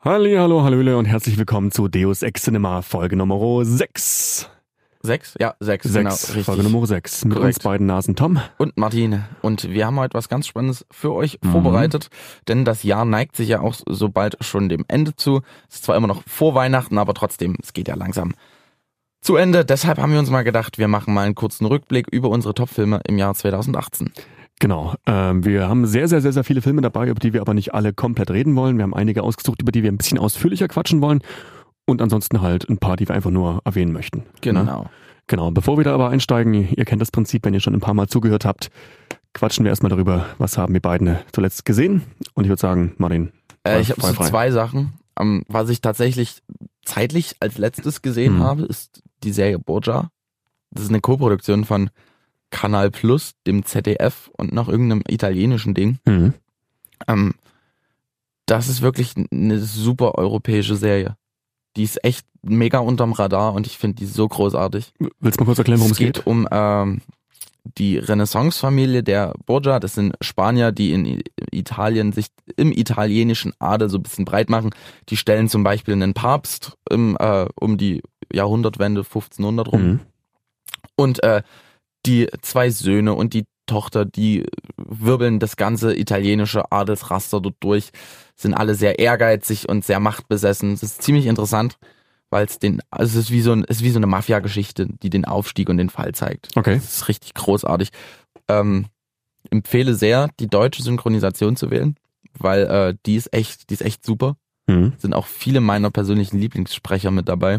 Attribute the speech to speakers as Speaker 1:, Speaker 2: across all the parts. Speaker 1: Halli, hallo, hallöle und herzlich willkommen zu Deus Ex Cinema Folge Nummer 6.
Speaker 2: Sechs? Ja, sechs. genau, richtig.
Speaker 1: Folge Nummer 6. Mit
Speaker 2: Korrekt.
Speaker 1: uns beiden Nasen Tom.
Speaker 2: Und Martine. Und wir haben heute was ganz Spannendes für euch
Speaker 1: Mhm.
Speaker 2: vorbereitet, denn das Jahr neigt sich ja auch so bald schon dem Ende zu. Es ist zwar immer noch vor Weihnachten, aber trotzdem, es geht ja langsam zu Ende. Deshalb haben wir uns mal gedacht, wir machen mal einen kurzen Rückblick über unsere Topfilme im Jahr 2018.
Speaker 1: Genau. Ähm, wir haben sehr, sehr, sehr, sehr viele Filme dabei, über die wir aber nicht alle komplett reden wollen. Wir haben einige ausgesucht, über die wir ein bisschen ausführlicher quatschen wollen. Und ansonsten halt ein paar, die wir einfach nur erwähnen möchten. Ne? Genau. Bevor wir da aber einsteigen, ihr kennt das Prinzip, wenn ihr schon ein paar Mal zugehört habt, quatschen wir erstmal darüber, was haben wir beiden zuletzt gesehen. Und ich würde sagen, Martin.
Speaker 2: Äh, ich habe
Speaker 1: frei,
Speaker 2: so
Speaker 1: frei.
Speaker 2: zwei Sachen. Ähm, was ich tatsächlich zeitlich als letztes gesehen
Speaker 1: Mhm.
Speaker 2: habe, ist die Serie Borgia. Das ist eine Koproduktion von Kanal Plus, dem ZDF und noch irgendeinem italienischen Ding.
Speaker 1: Mhm.
Speaker 2: Ähm, das ist wirklich eine super europäische Serie. Die ist echt mega unterm Radar und ich finde die so großartig.
Speaker 1: Willst du mal kurz erklären, worum es geht?
Speaker 2: um ähm, die Renaissance-Familie der Borgia. Das sind Spanier, die in I- Italien sich im italienischen Adel so ein bisschen breit machen. Die stellen zum Beispiel einen Papst im, äh, um die Jahrhundertwende 1500 rum.
Speaker 1: Mhm.
Speaker 2: Und äh, die zwei Söhne und die Tochter, die wirbeln das ganze italienische Adelsraster dort durch, sind alle sehr ehrgeizig und sehr machtbesessen. Es ist ziemlich interessant, weil es den, also es ist wie so, ein, es ist wie so eine Mafia-Geschichte, die den Aufstieg und den Fall zeigt.
Speaker 1: Okay.
Speaker 2: Das ist richtig großartig. Ähm, empfehle sehr, die deutsche Synchronisation zu wählen, weil äh, die ist echt, die ist echt super
Speaker 1: Mhm.
Speaker 2: sind auch viele meiner persönlichen Lieblingssprecher mit dabei.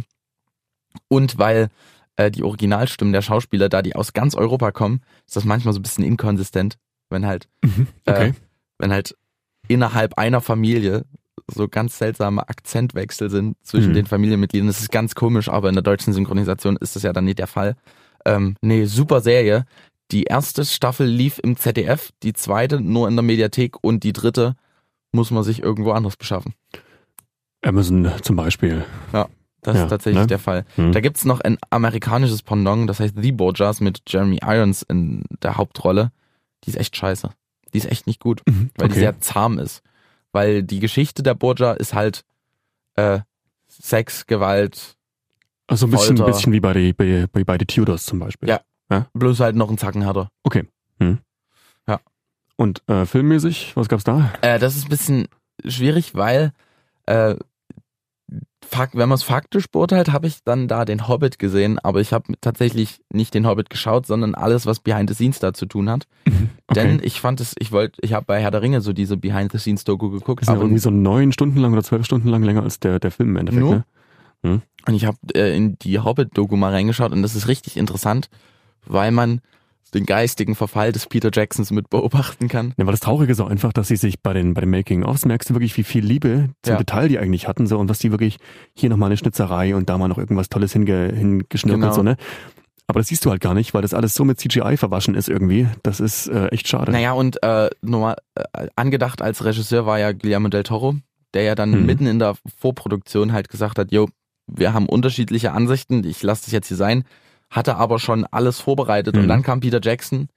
Speaker 2: Und weil äh, die Originalstimmen der Schauspieler, da die aus ganz Europa kommen, ist das manchmal so ein bisschen inkonsistent, wenn halt,
Speaker 1: Mhm. Okay.
Speaker 2: äh, wenn halt innerhalb einer Familie so ganz seltsame Akzentwechsel sind zwischen
Speaker 1: Mhm.
Speaker 2: den Familienmitgliedern. Das ist ganz komisch, aber in der deutschen Synchronisation ist das ja dann nicht der Fall. Ähm, nee, super Serie. Die erste Staffel lief im ZDF, die zweite nur in der Mediathek und die dritte muss man sich irgendwo anders beschaffen.
Speaker 1: Amazon zum Beispiel.
Speaker 2: Das
Speaker 1: Ja,
Speaker 2: ist tatsächlich
Speaker 1: ne?
Speaker 2: der Fall.
Speaker 1: Mhm.
Speaker 2: Da gibt's noch ein amerikanisches Pendant, das heißt The Borgias mit Jeremy Irons in der Hauptrolle. Die ist echt scheiße. Die ist echt nicht gut,
Speaker 1: Mhm.
Speaker 2: weil die
Speaker 1: Okay.
Speaker 2: sehr zahm ist. Weil die Geschichte der Borgia ist halt äh, Sex, Gewalt,
Speaker 1: Also ein bisschen,
Speaker 2: Folter.
Speaker 1: bisschen wie bei die, bei, bei, bei die Tudors zum Beispiel.
Speaker 2: Ja. bloß halt noch ein Zacken härter.
Speaker 1: Und äh, filmmäßig, was gab's da?
Speaker 2: Äh, das ist ein bisschen schwierig, weil äh, fak wenn man es faktisch beurteilt, habe ich dann da den Hobbit gesehen, aber ich habe tatsächlich nicht den Hobbit geschaut, sondern alles, was Behind the Scenes da zu tun hat. Denn ich fand es, ich wollte, ich habe bei Herr der Ringe so diese Behind-the-Scenes-Doku geguckt
Speaker 1: das sind ja
Speaker 2: aber,
Speaker 1: irgendwie so neun Stunden lang oder zwölf Stunden lang länger als der, der Film im Endeffekt.
Speaker 2: Nur?
Speaker 1: Ne?
Speaker 2: und ich habe äh, in die Hobbit-Doku mal reingeschaut und das ist richtig interessant, weil man den geistigen Verfall des Peter Jacksons mit beobachten kann.
Speaker 1: Ja, weil das Traurige ist auch einfach, dass sie sich bei den, bei den Making-ofs merkst du wirklich, wie viel Liebe zum
Speaker 2: Ja.
Speaker 1: Detail die eigentlich hatten so und was die wirklich hier nochmal eine Schnitzerei und da mal noch irgendwas Tolles hinge, hingeschnürt
Speaker 2: Genau.
Speaker 1: und so, ne? Aber das siehst du halt gar nicht, weil das alles so mit CGI verwaschen ist irgendwie. Das ist äh, echt schade.
Speaker 2: Naja, und äh, normal, äh, angedacht als Regisseur war ja Guillermo del Toro, der ja dann
Speaker 1: Mhm.
Speaker 2: mitten in der Vorproduktion halt gesagt hat, jo, wir haben unterschiedliche Ansichten, ich lasse das jetzt hier sein, hatte aber schon alles vorbereitet
Speaker 1: Mhm.
Speaker 2: und dann kam Peter Jackson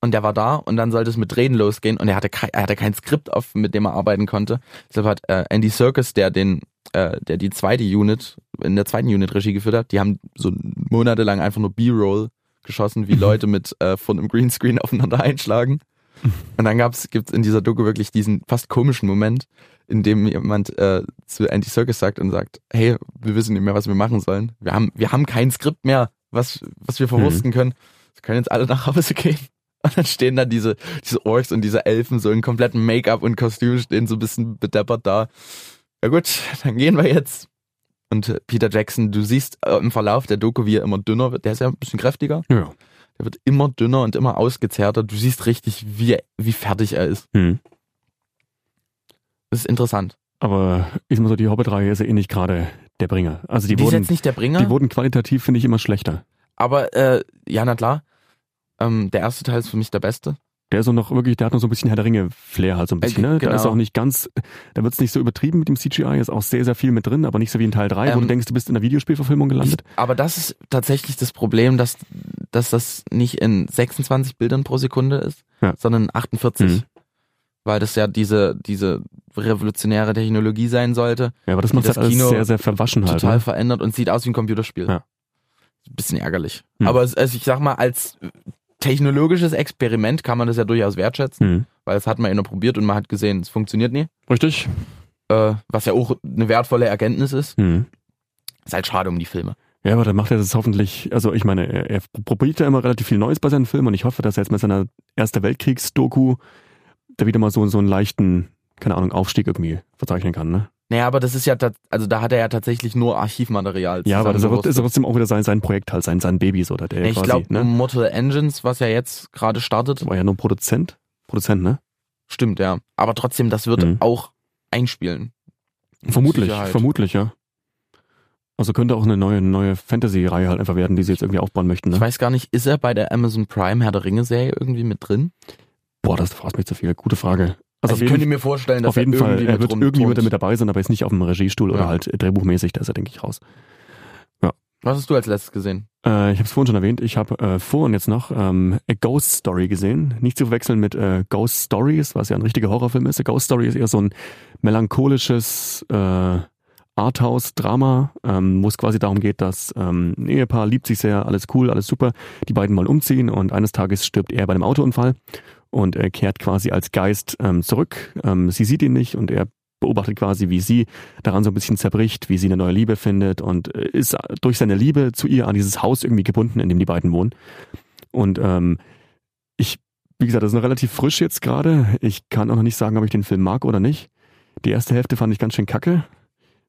Speaker 2: und der war da und dann sollte es mit Reden losgehen und er hatte, kei- er hatte kein Skript, auf, mit dem er arbeiten konnte. Deshalb hat äh, Andy Serkis, der den äh, der die zweite Unit, in der zweiten Unit Regie geführt hat, die haben so monatelang einfach nur B-Roll geschossen, wie Leute mit äh, von einem Greenscreen aufeinander einschlagen. Und dann gab's, gibt's in dieser Doku wirklich diesen fast komischen Moment, in dem jemand äh, zu Andy Serkis sagt und sagt, hey, wir wissen nicht mehr, was wir machen sollen. Wir haben, wir haben kein Skript mehr, was, was wir verwursten
Speaker 1: Mhm.
Speaker 2: können. Wir können jetzt alle nach Hause gehen. Und dann stehen da diese, diese Orks und diese Elfen so in komplettem Make-up und Kostüm, stehen so ein bisschen bedeppert da. Ja gut, dann gehen wir jetzt. Und äh, Peter Jackson, du siehst äh, im Verlauf der Doku, wie er immer dünner wird. Der ist ja ein bisschen kräftiger.
Speaker 1: Ja, ja.
Speaker 2: Der wird immer dünner und immer ausgezerrter. Du siehst richtig, wie, er- wie fertig er ist.
Speaker 1: Hm.
Speaker 2: Das ist interessant.
Speaker 1: Aber ich sag mal so, die Hobbit-Reihe ist ja eh nicht gerade der Bringer. Also die,
Speaker 2: Die, ist
Speaker 1: wurden,
Speaker 2: jetzt nicht der Bringer,
Speaker 1: die wurden qualitativ, finde ich, immer schlechter.
Speaker 2: aber äh, ja, na klar. Ähm, der erste Teil ist für mich der beste.
Speaker 1: Der ist auch noch wirklich, der hat noch so ein bisschen Herr der Ringe-Flair halt so ein bisschen,
Speaker 2: Äh,
Speaker 1: ne? Da
Speaker 2: genau.
Speaker 1: ist auch nicht ganz, da wird's nicht so übertrieben mit dem CGI, ist auch sehr, sehr viel mit drin, aber nicht so wie in Teil 3, wo
Speaker 2: Ähm,
Speaker 1: du denkst, du bist in der Videospielverfilmung gelandet.
Speaker 2: Ich, aber das ist tatsächlich das Problem, dass, dass das nicht in 26 Bildern pro Sekunde ist,
Speaker 1: Ja.
Speaker 2: sondern in 48.
Speaker 1: Mhm.
Speaker 2: weil das ja diese, diese revolutionäre Technologie sein sollte.
Speaker 1: Ja, aber das macht
Speaker 2: das
Speaker 1: das alles
Speaker 2: Kino
Speaker 1: sehr, sehr verwaschen halt.
Speaker 2: total
Speaker 1: ne?
Speaker 2: verändert und sieht aus wie ein Computerspiel.
Speaker 1: Ja.
Speaker 2: Bisschen ärgerlich.
Speaker 1: Hm.
Speaker 2: Aber es, also ich sag mal, als technologisches Experiment kann man das ja durchaus wertschätzen,
Speaker 1: Mhm.
Speaker 2: weil es hat man ja nur probiert und man hat gesehen, es funktioniert nie.
Speaker 1: Richtig?
Speaker 2: Äh, was ja auch eine wertvolle Erkenntnis ist.
Speaker 1: Mhm.
Speaker 2: Ist halt schade um die Filme.
Speaker 1: Ja, aber dann macht er das hoffentlich, also ich meine, er, er probiert ja immer relativ viel Neues bei seinen Filmen und ich hoffe, dass er jetzt mit seiner Erster Weltkriegs-Doku da wieder mal so, so einen leichten, keine Ahnung, Aufstieg irgendwie verzeichnen kann, ne?
Speaker 2: Naja, aber das ist ja, tat- also da hat er ja tatsächlich nur Archivmaterial.
Speaker 1: Ja, aber das
Speaker 2: zusammengerüstet.
Speaker 1: ist trotzdem auch wieder sein, sein Projekt halt, sein, sein Baby so, oder der
Speaker 2: Nee, ich um
Speaker 1: quasi,
Speaker 2: glaube,
Speaker 1: ne?
Speaker 2: Mortal Engines, was ja jetzt gerade startet,
Speaker 1: War ja nur Produzent. Produzent, ne?
Speaker 2: stimmt, ja. Aber trotzdem, das wird
Speaker 1: Mhm.
Speaker 2: auch einspielen.
Speaker 1: Vermutlich,
Speaker 2: Sicherheit.
Speaker 1: vermutlich, ja. Also könnte auch eine neue, neue Fantasy-Reihe halt einfach werden, die sie jetzt irgendwie aufbauen möchten, ne?
Speaker 2: Ich weiß gar nicht, ist er bei der Amazon Prime Herr der Ringe Serie irgendwie mit drin?
Speaker 1: Boah, das fragt mich zu viel. Gute Frage. Also,
Speaker 2: ich
Speaker 1: auf
Speaker 2: könnte
Speaker 1: jeden,
Speaker 2: mir vorstellen, dass
Speaker 1: auf jeden
Speaker 2: er
Speaker 1: Fall,
Speaker 2: irgendwie
Speaker 1: er
Speaker 2: mit
Speaker 1: wird
Speaker 2: rum
Speaker 1: irgendwie
Speaker 2: turnt.
Speaker 1: mit, mit dabei sein, aber jetzt nicht auf dem Regiestuhl oder
Speaker 2: Ja.
Speaker 1: halt drehbuchmäßig, da ist er, denke ich, raus.
Speaker 2: Was hast du als letztes gesehen?
Speaker 1: Äh, ich habe es vorhin schon erwähnt, ich habe äh, vorhin jetzt noch ähm, A Ghost Story gesehen. Nicht zu verwechseln mit äh, Ghost Stories, was ja ein richtiger Horrorfilm ist. A Ghost Story ist eher so ein melancholisches äh, Arthouse-Drama, ähm, wo es quasi darum geht, dass ähm, ein Ehepaar liebt sich sehr, alles cool, alles super. Die beiden wollen umziehen und eines Tages stirbt er bei einem Autounfall und er kehrt quasi als Geist ähm, zurück. Ähm, sie sieht ihn nicht und er beobachtet quasi, wie sie daran so ein bisschen zerbricht, wie sie eine neue Liebe findet und äh, ist durch seine Liebe zu ihr an dieses Haus irgendwie gebunden, in dem die beiden wohnen. Und ähm, ich, wie gesagt, das ist noch relativ frisch jetzt gerade. Ich kann auch noch nicht sagen, ob ich den Film mag oder nicht. Die erste Hälfte fand ich ganz schön kacke.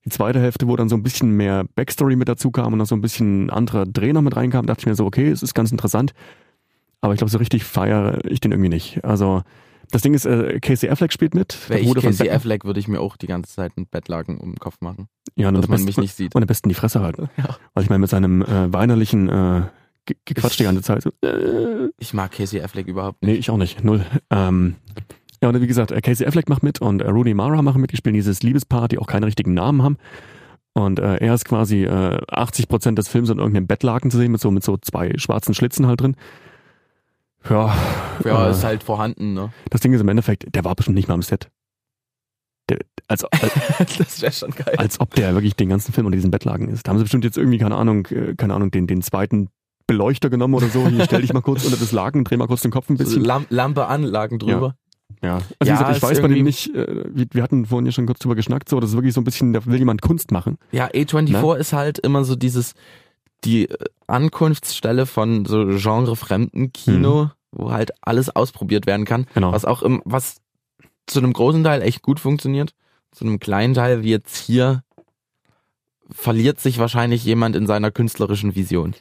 Speaker 1: Die zweite Hälfte, wo dann so ein bisschen mehr Backstory mit dazu kam und noch so ein bisschen anderer Dreh noch mit reinkam, dachte ich mir so, okay, es ist ganz interessant. Aber ich glaube, so richtig feiere ich den irgendwie nicht. Also, das Ding ist, äh, Casey Affleck spielt mit.
Speaker 2: Wäre
Speaker 1: der
Speaker 2: ich
Speaker 1: Bruder von
Speaker 2: Casey
Speaker 1: Batman.
Speaker 2: Affleck, würde ich mir auch die ganze Zeit einen Bettlaken um den Kopf machen,
Speaker 1: Ja, und
Speaker 2: dass
Speaker 1: am
Speaker 2: man
Speaker 1: besten-
Speaker 2: mich nicht sieht.
Speaker 1: Und am besten die Fresse halten.
Speaker 2: Ja.
Speaker 1: Weil ich meine, mit seinem äh, weinerlichen äh, Ge- Gequatsch die ganze Zeit. so, Äh,
Speaker 2: Ich mag Casey Affleck überhaupt
Speaker 1: nee,
Speaker 2: nicht.
Speaker 1: ich auch nicht. Null. Ähm, ja, und wie gesagt, äh, Casey Affleck macht mit und äh, Rooney Mara machen mit. Die spielen dieses Liebespaar, die auch keinen richtigen Namen haben. Und äh, er ist quasi äh, 80 Prozent des Films in irgendeinem Bettlaken zu sehen, mit so, mit so zwei schwarzen Schlitzen halt drin. Ja,
Speaker 2: ja,
Speaker 1: äh,
Speaker 2: ist halt vorhanden, ne?
Speaker 1: das Ding ist im Endeffekt, der war bestimmt nicht mal am Set. Der, also, als,
Speaker 2: das wäre schon geil.
Speaker 1: als ob der wirklich den ganzen Film unter diesen Bettlaken ist. Da haben sie bestimmt jetzt irgendwie, keine Ahnung, äh, keine Ahnung, den, den zweiten Beleuchter genommen oder so. Hier, stell dich mal kurz unter das Laken, dreh mal kurz den Kopf ein bisschen.
Speaker 2: Lam Lampe an, Laken drüber.
Speaker 1: Ja. Also wie
Speaker 2: Ja,
Speaker 1: gesagt, ich
Speaker 2: ist
Speaker 1: weiß bei dem
Speaker 2: irgendwie-
Speaker 1: nicht, äh, wir, wir hatten vorhin ja schon kurz drüber geschnackt, so, das ist wirklich so ein bisschen, da will jemand Kunst machen.
Speaker 2: Ja, A24
Speaker 1: Ne?
Speaker 2: ist halt immer so dieses, die äh, Ankunftsstelle von so genrefremden
Speaker 1: Mhm.
Speaker 2: Kino, wo halt alles ausprobiert werden kann.
Speaker 1: Genau.
Speaker 2: Was auch im, was zu einem großen Teil echt gut funktioniert, zu einem kleinen Teil, wie jetzt hier, verliert sich wahrscheinlich jemand in seiner künstlerischen Vision.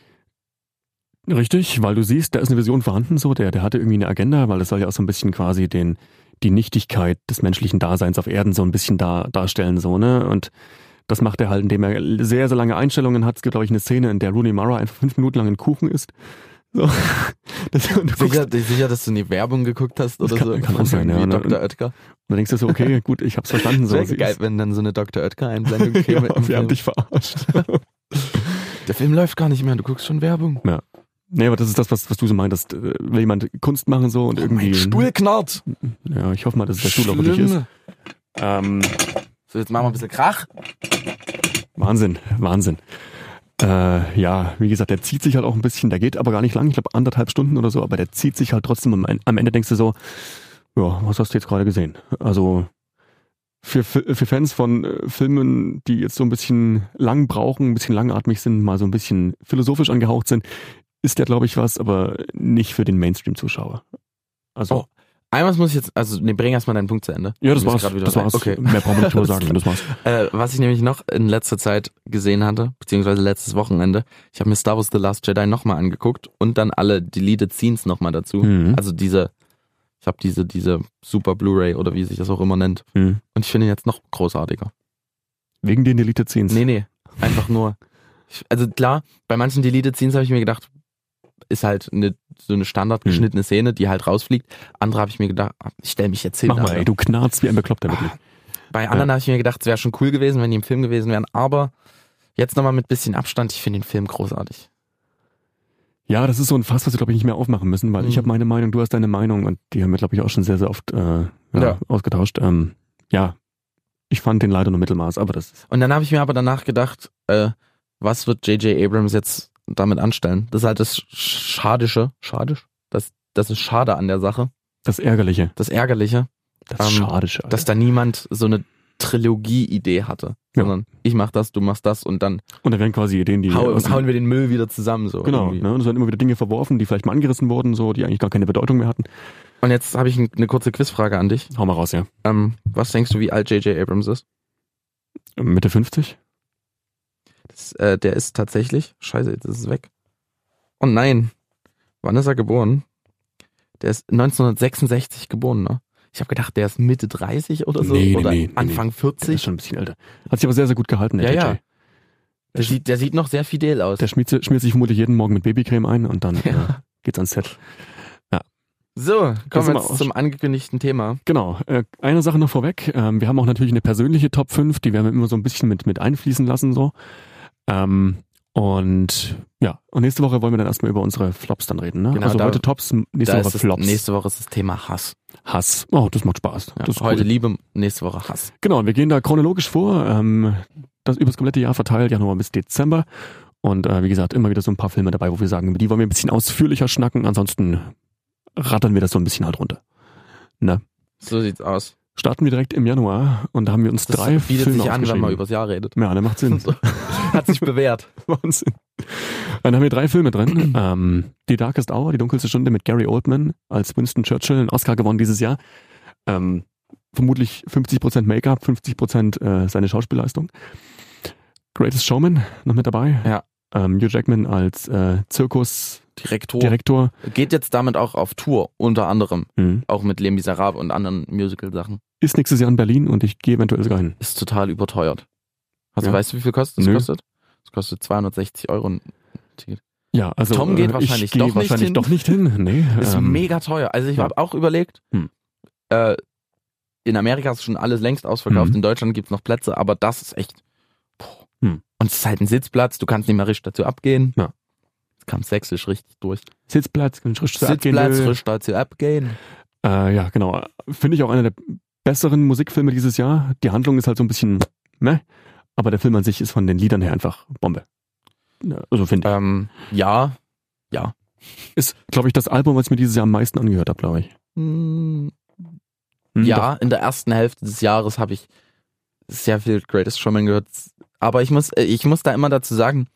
Speaker 1: Richtig, weil du siehst, da ist eine Vision vorhanden, so, der, der hatte irgendwie eine Agenda, weil das soll ja auch so ein bisschen quasi den, die Nichtigkeit des menschlichen Daseins auf Erden so ein bisschen da, darstellen, so, ne? Und das macht er halt, indem er sehr, sehr lange Einstellungen hat. Es gibt, glaube ich, eine Szene, in der Rooney Mara einfach fünf Minuten lang einen Kuchen isst. So. Das, und du guckst,
Speaker 2: Sicher, sicher, dass du in die Werbung geguckt hast oder
Speaker 1: kann-
Speaker 2: so.
Speaker 1: kann auch sein, ja,
Speaker 2: Wie
Speaker 1: ne?
Speaker 2: Dr. Oetker.
Speaker 1: dann denkst du so, okay, gut, ich hab's verstanden, so.
Speaker 2: Wäre
Speaker 1: sie
Speaker 2: geil,
Speaker 1: ist-
Speaker 2: wenn dann so eine Dr. Oetker-Einblendung käme. im
Speaker 1: Ja, wir haben
Speaker 2: Film.
Speaker 1: dich verarscht.
Speaker 2: Der Film läuft gar nicht mehr, du guckst schon Werbung.
Speaker 1: nee, aber das ist das, was, was du so meintest. Äh, Will jemand Kunst machen, so, und irgendwie.
Speaker 2: Oh, Mein Stuhl knarrt.
Speaker 1: Ja, ich hoffe mal, dass es der Stuhl auch wirklich ist.
Speaker 2: Schlimm.
Speaker 1: Ähm,
Speaker 2: So, jetzt machen wir ein bisschen Krach.
Speaker 1: Wahnsinn, Wahnsinn. Äh, ja, wie gesagt, der zieht sich halt auch ein bisschen, der geht aber gar nicht lang, ich glaube anderthalb Stunden oder so, aber der zieht sich halt trotzdem am, am Ende denkst du so, ja, was hast du jetzt gerade gesehen? Also für, für für Fans von äh, Filmen, die jetzt so ein bisschen lang brauchen, ein bisschen langatmig sind, mal so ein bisschen philosophisch angehaucht sind, ist der, glaube ich, was, aber nicht für den Mainstream-Zuschauer. Also,
Speaker 2: Oh. Einmal muss ich jetzt, also nee, bring erstmal deinen Punkt zu Ende.
Speaker 1: ja, das
Speaker 2: Mir ist
Speaker 1: war's.
Speaker 2: grad wieder
Speaker 1: Das
Speaker 2: ein-
Speaker 1: war's.
Speaker 2: Okay.
Speaker 1: Mehr brauchen wir nicht drüber sagen, das war's.
Speaker 2: Äh, was ich nämlich noch in letzter Zeit gesehen hatte, beziehungsweise letztes Wochenende, ich habe mir Star Wars The Last Jedi nochmal angeguckt und dann alle Deleted Scenes nochmal dazu.
Speaker 1: Mhm.
Speaker 2: Also diese, ich habe diese, diese Super Blu-ray oder wie sich das auch immer nennt.
Speaker 1: Mhm.
Speaker 2: Und ich finde ihn jetzt noch großartiger.
Speaker 1: Wegen den Elite-Scenes.
Speaker 2: Nee, nee, einfach nur. Ich, also klar, bei manchen Deleted Scenes habe ich mir gedacht, ist halt eine, so eine
Speaker 1: Hm.
Speaker 2: standardgeschnittene Szene, die halt rausfliegt. Andere habe ich mir gedacht, ah, ich stelle mich jetzt hin.
Speaker 1: Mach mal,
Speaker 2: Alter. Ah,
Speaker 1: ey, du knarzt wie ein Bekloppter wirklich.
Speaker 2: Bei anderen habe ich mir gedacht, es wäre schon cool gewesen, wenn die im Film gewesen wären. Aber jetzt nochmal mit bisschen Abstand, ich finde den Film großartig.
Speaker 1: Ja, das ist so ein Fass, was wir, glaube ich, nicht mehr aufmachen müssen, weil
Speaker 2: Mhm.
Speaker 1: ich habe meine Meinung, du hast deine Meinung und die haben wir, glaube ich, auch schon sehr, sehr oft äh, ja,
Speaker 2: Ja.
Speaker 1: ausgetauscht. Ähm, ja, ich fand den leider nur Mittelmaß, aber das ist.
Speaker 2: Und dann habe ich mir aber danach gedacht, äh, was wird J.J. Abrams jetzt damit anstellen? Das ist halt das Schadische. Schadisch? Das, das ist schade an der Sache.
Speaker 1: Das Ärgerliche.
Speaker 2: Das Ärgerliche,
Speaker 1: Das
Speaker 2: Ähm,
Speaker 1: Schadische. Alter.
Speaker 2: dass da niemand so eine Trilogie-Idee hatte.
Speaker 1: Ja.
Speaker 2: Sondern ich mach das, du machst das und dann
Speaker 1: und da werden quasi Ideen, die.
Speaker 2: hau,
Speaker 1: aus dem-
Speaker 2: hauen wir den Müll wieder zusammen. So
Speaker 1: genau.
Speaker 2: irgendwie.
Speaker 1: Ne? Und es werden immer wieder Dinge verworfen, die vielleicht mal angerissen wurden, so, die eigentlich gar keine Bedeutung mehr hatten.
Speaker 2: Und jetzt habe ich n- eine kurze Quizfrage an dich.
Speaker 1: Hau mal raus, ja.
Speaker 2: Ähm, was denkst du, wie alt J.J. Abrams ist?
Speaker 1: Mitte 50?
Speaker 2: Das, äh, der ist tatsächlich. Scheiße, jetzt ist es weg. Oh nein. Wann ist er geboren? Der ist 1966 geboren, ne? Ich habe gedacht, der ist Mitte 30 oder so.
Speaker 1: Nee, nee,
Speaker 2: oder
Speaker 1: nee, nee,
Speaker 2: Anfang
Speaker 1: Der ist
Speaker 2: 40.
Speaker 1: schon ein bisschen älter. Hat sich aber sehr, sehr gut gehalten, der
Speaker 2: Ja,
Speaker 1: JJ.
Speaker 2: ja. Der sieht, der sieht noch sehr fidel aus.
Speaker 1: Der schmiert, si- schmiert sich vermutlich jeden Morgen mit Babycreme ein und dann äh,
Speaker 2: Ja.
Speaker 1: geht's ans Set.
Speaker 2: So, kommen
Speaker 1: sind
Speaker 2: wir
Speaker 1: wir
Speaker 2: jetzt
Speaker 1: auch
Speaker 2: zum angekündigten Thema.
Speaker 1: Genau. Äh, eine Sache noch vorweg. Ähm, wir haben auch natürlich eine persönliche Top 5, die werden wir immer so ein bisschen mit, mit einfließen lassen. so. Ähm, und ja, und nächste Woche wollen wir dann erstmal über unsere Flops dann reden. Ne?
Speaker 2: Genau,
Speaker 1: also
Speaker 2: da-
Speaker 1: heute Tops, nächste
Speaker 2: Da
Speaker 1: Woche
Speaker 2: ist das,
Speaker 1: Flops.
Speaker 2: nächste Woche ist das Thema Hass.
Speaker 1: Hass. Oh, das macht Spaß.
Speaker 2: Ja,
Speaker 1: das ist
Speaker 2: heute
Speaker 1: cool.
Speaker 2: Liebe, nächste Woche Hass.
Speaker 1: Genau, wir gehen da chronologisch vor. Ähm, das übers komplette Jahr verteilt, Januar bis Dezember. Und äh, wie gesagt, immer wieder so ein paar Filme dabei, wo wir sagen, über die wollen wir ein bisschen ausführlicher schnacken. Ansonsten rattern wir das so ein bisschen halt runter.
Speaker 2: So sieht's aus.
Speaker 1: Starten wir direkt im Januar und da haben wir uns
Speaker 2: Das
Speaker 1: drei
Speaker 2: bietet
Speaker 1: Filme
Speaker 2: sich an, wenn
Speaker 1: aufgeschrieben.
Speaker 2: man
Speaker 1: Hm.
Speaker 2: übers Jahr redet.
Speaker 1: Ja, der macht Sinn.
Speaker 2: So. Hat sich bewährt.
Speaker 1: Wahnsinn. Dann haben wir drei Filme drin. ähm, die Darkest Hour, die dunkelste Stunde mit Gary Oldman als Winston Churchill, einen Oscar gewonnen dieses Jahr. Ähm, vermutlich 50% Make-up, 50% äh, seine Schauspielleistung. Greatest Showman noch mit dabei.
Speaker 2: Ja.
Speaker 1: Ähm, Hugh Jackman als äh, Zirkusdirektor.
Speaker 2: Direktor. Geht jetzt damit auch auf Tour, unter anderem.
Speaker 1: Mhm.
Speaker 2: auch mit Les Miserables und anderen Musical-Sachen.
Speaker 1: Ist nächstes Jahr in Berlin und ich gehe eventuell sogar hin.
Speaker 2: Ist total überteuert. Hast
Speaker 1: Ja.
Speaker 2: du, weißt du, wie viel kostet? Das
Speaker 1: Nö.
Speaker 2: kostet? Das kostet 260 Euro. ein Ticket.
Speaker 1: Ja, also
Speaker 2: Tom geht
Speaker 1: äh,
Speaker 2: wahrscheinlich
Speaker 1: ich gehe
Speaker 2: doch nicht
Speaker 1: wahrscheinlich
Speaker 2: hin.
Speaker 1: doch nicht hin. Nee,
Speaker 2: Ist
Speaker 1: ähm,
Speaker 2: mega teuer. Also ich
Speaker 1: ja.
Speaker 2: habe auch überlegt,
Speaker 1: Hm.
Speaker 2: äh, in Amerika ist schon alles längst ausverkauft,
Speaker 1: Mhm.
Speaker 2: in Deutschland gibt's noch Plätze, aber das ist echt. Boah.
Speaker 1: Hm.
Speaker 2: Und es ist halt ein Sitzplatz, du kannst nicht mehr richtig dazu abgehen.
Speaker 1: Ja.
Speaker 2: Jetzt kam sächsisch richtig durch.
Speaker 1: Sitzplatz, frisch zu abgehen,
Speaker 2: Sitzplatz,
Speaker 1: nö.
Speaker 2: frisch dazu abgehen.
Speaker 1: Äh, ja, genau. Finde ich auch einer der besseren Musikfilme dieses Jahr. Die Handlung ist halt so ein bisschen, ne? Aber der Film an sich ist von den Liedern her einfach Bombe. Ja, Also finde
Speaker 2: Ähm, ja.
Speaker 1: ich. Ist, glaube ich, das Album, was ich mir dieses Jahr am meisten angehört habe, glaube ich.
Speaker 2: Hm,
Speaker 1: Hm,
Speaker 2: Ja, in der ersten Hälfte des Jahres habe ich sehr viel Greatest Showman gehört. Aber ich muss, äh, ich muss da immer dazu sagen,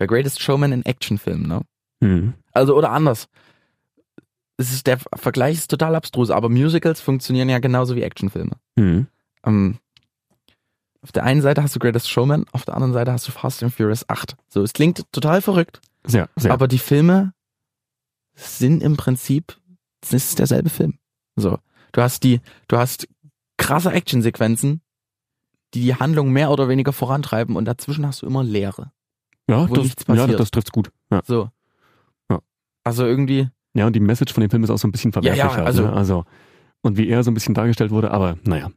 Speaker 2: der Greatest Showman in Actionfilm, ne?
Speaker 1: doch. Hm.
Speaker 2: Also, oder anders. Es ist, der Vergleich ist total abstrus, aber Musicals funktionieren ja genauso wie Actionfilme.
Speaker 1: Hm.
Speaker 2: Ähm, auf der einen Seite hast du Greatest Showman, auf der anderen Seite hast du Fast and Furious 8. So, es klingt total verrückt,
Speaker 1: Sehr, sehr.
Speaker 2: aber die Filme sind im Prinzip, es ist derselbe Film. So. Du hast die, du hast krasse Actionsequenzen, die die Handlung mehr oder weniger vorantreiben und dazwischen hast du immer Leere.
Speaker 1: ja,
Speaker 2: wo
Speaker 1: das,
Speaker 2: nichts
Speaker 1: ja, das,
Speaker 2: passiert.
Speaker 1: das trifft's gut. Ja.
Speaker 2: So.
Speaker 1: Ja.
Speaker 2: Also irgendwie,
Speaker 1: ja, und die Message von dem Film ist auch so ein bisschen verwerflich.
Speaker 2: ja,
Speaker 1: halt,
Speaker 2: also-
Speaker 1: ne? also. Und wie er so ein bisschen dargestellt wurde, aber naja.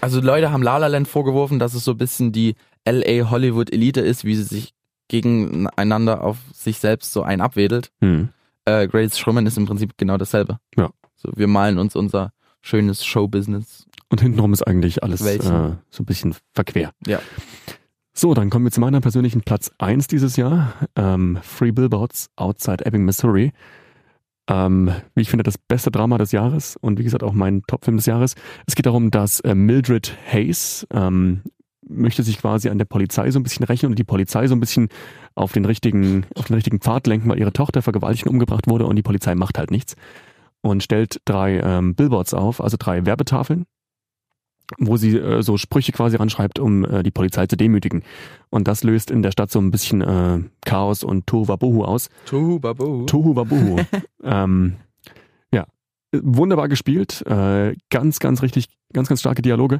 Speaker 2: also Leute haben La La Land vorgeworfen, dass es so ein bisschen die LA Hollywood Elite ist, wie sie sich gegeneinander auf sich selbst so ein abwedelt.
Speaker 1: Hm.
Speaker 2: Äh, Grace Schumann ist im Prinzip genau dasselbe.
Speaker 1: Ja.
Speaker 2: So, wir malen uns unser schönes Showbusiness
Speaker 1: Und hintenrum ist eigentlich alles äh,
Speaker 2: Welchen?
Speaker 1: so ein bisschen verquer.
Speaker 2: Ja.
Speaker 1: So, dann kommen wir zu meiner persönlichen Platz 1 dieses Jahr. Ähm, Free Billboards Outside Ebbing, Missouri. Ähm, wie ich finde, das beste Drama des Jahres und wie gesagt auch mein Topfilm des Jahres. Es geht darum, dass äh, Mildred Hayes ähm, möchte sich quasi an der Polizei so ein bisschen rächen und die Polizei so ein bisschen auf den richtigen, auf den richtigen Pfad lenken, weil ihre Tochter vergewaltigt und umgebracht wurde und die Polizei macht halt nichts. Und stellt drei ähm, Billboards auf, also drei Werbetafeln, wo sie äh, so Sprüche quasi ranschreibt, um äh, die Polizei zu demütigen. Und das löst in der Stadt so ein bisschen äh, Chaos und Tohuwabohu aus.
Speaker 2: Tohu Babu.
Speaker 1: Tohu Wabohu. ähm, ja, wunderbar gespielt, äh, ganz, ganz richtig, ganz, ganz starke Dialoge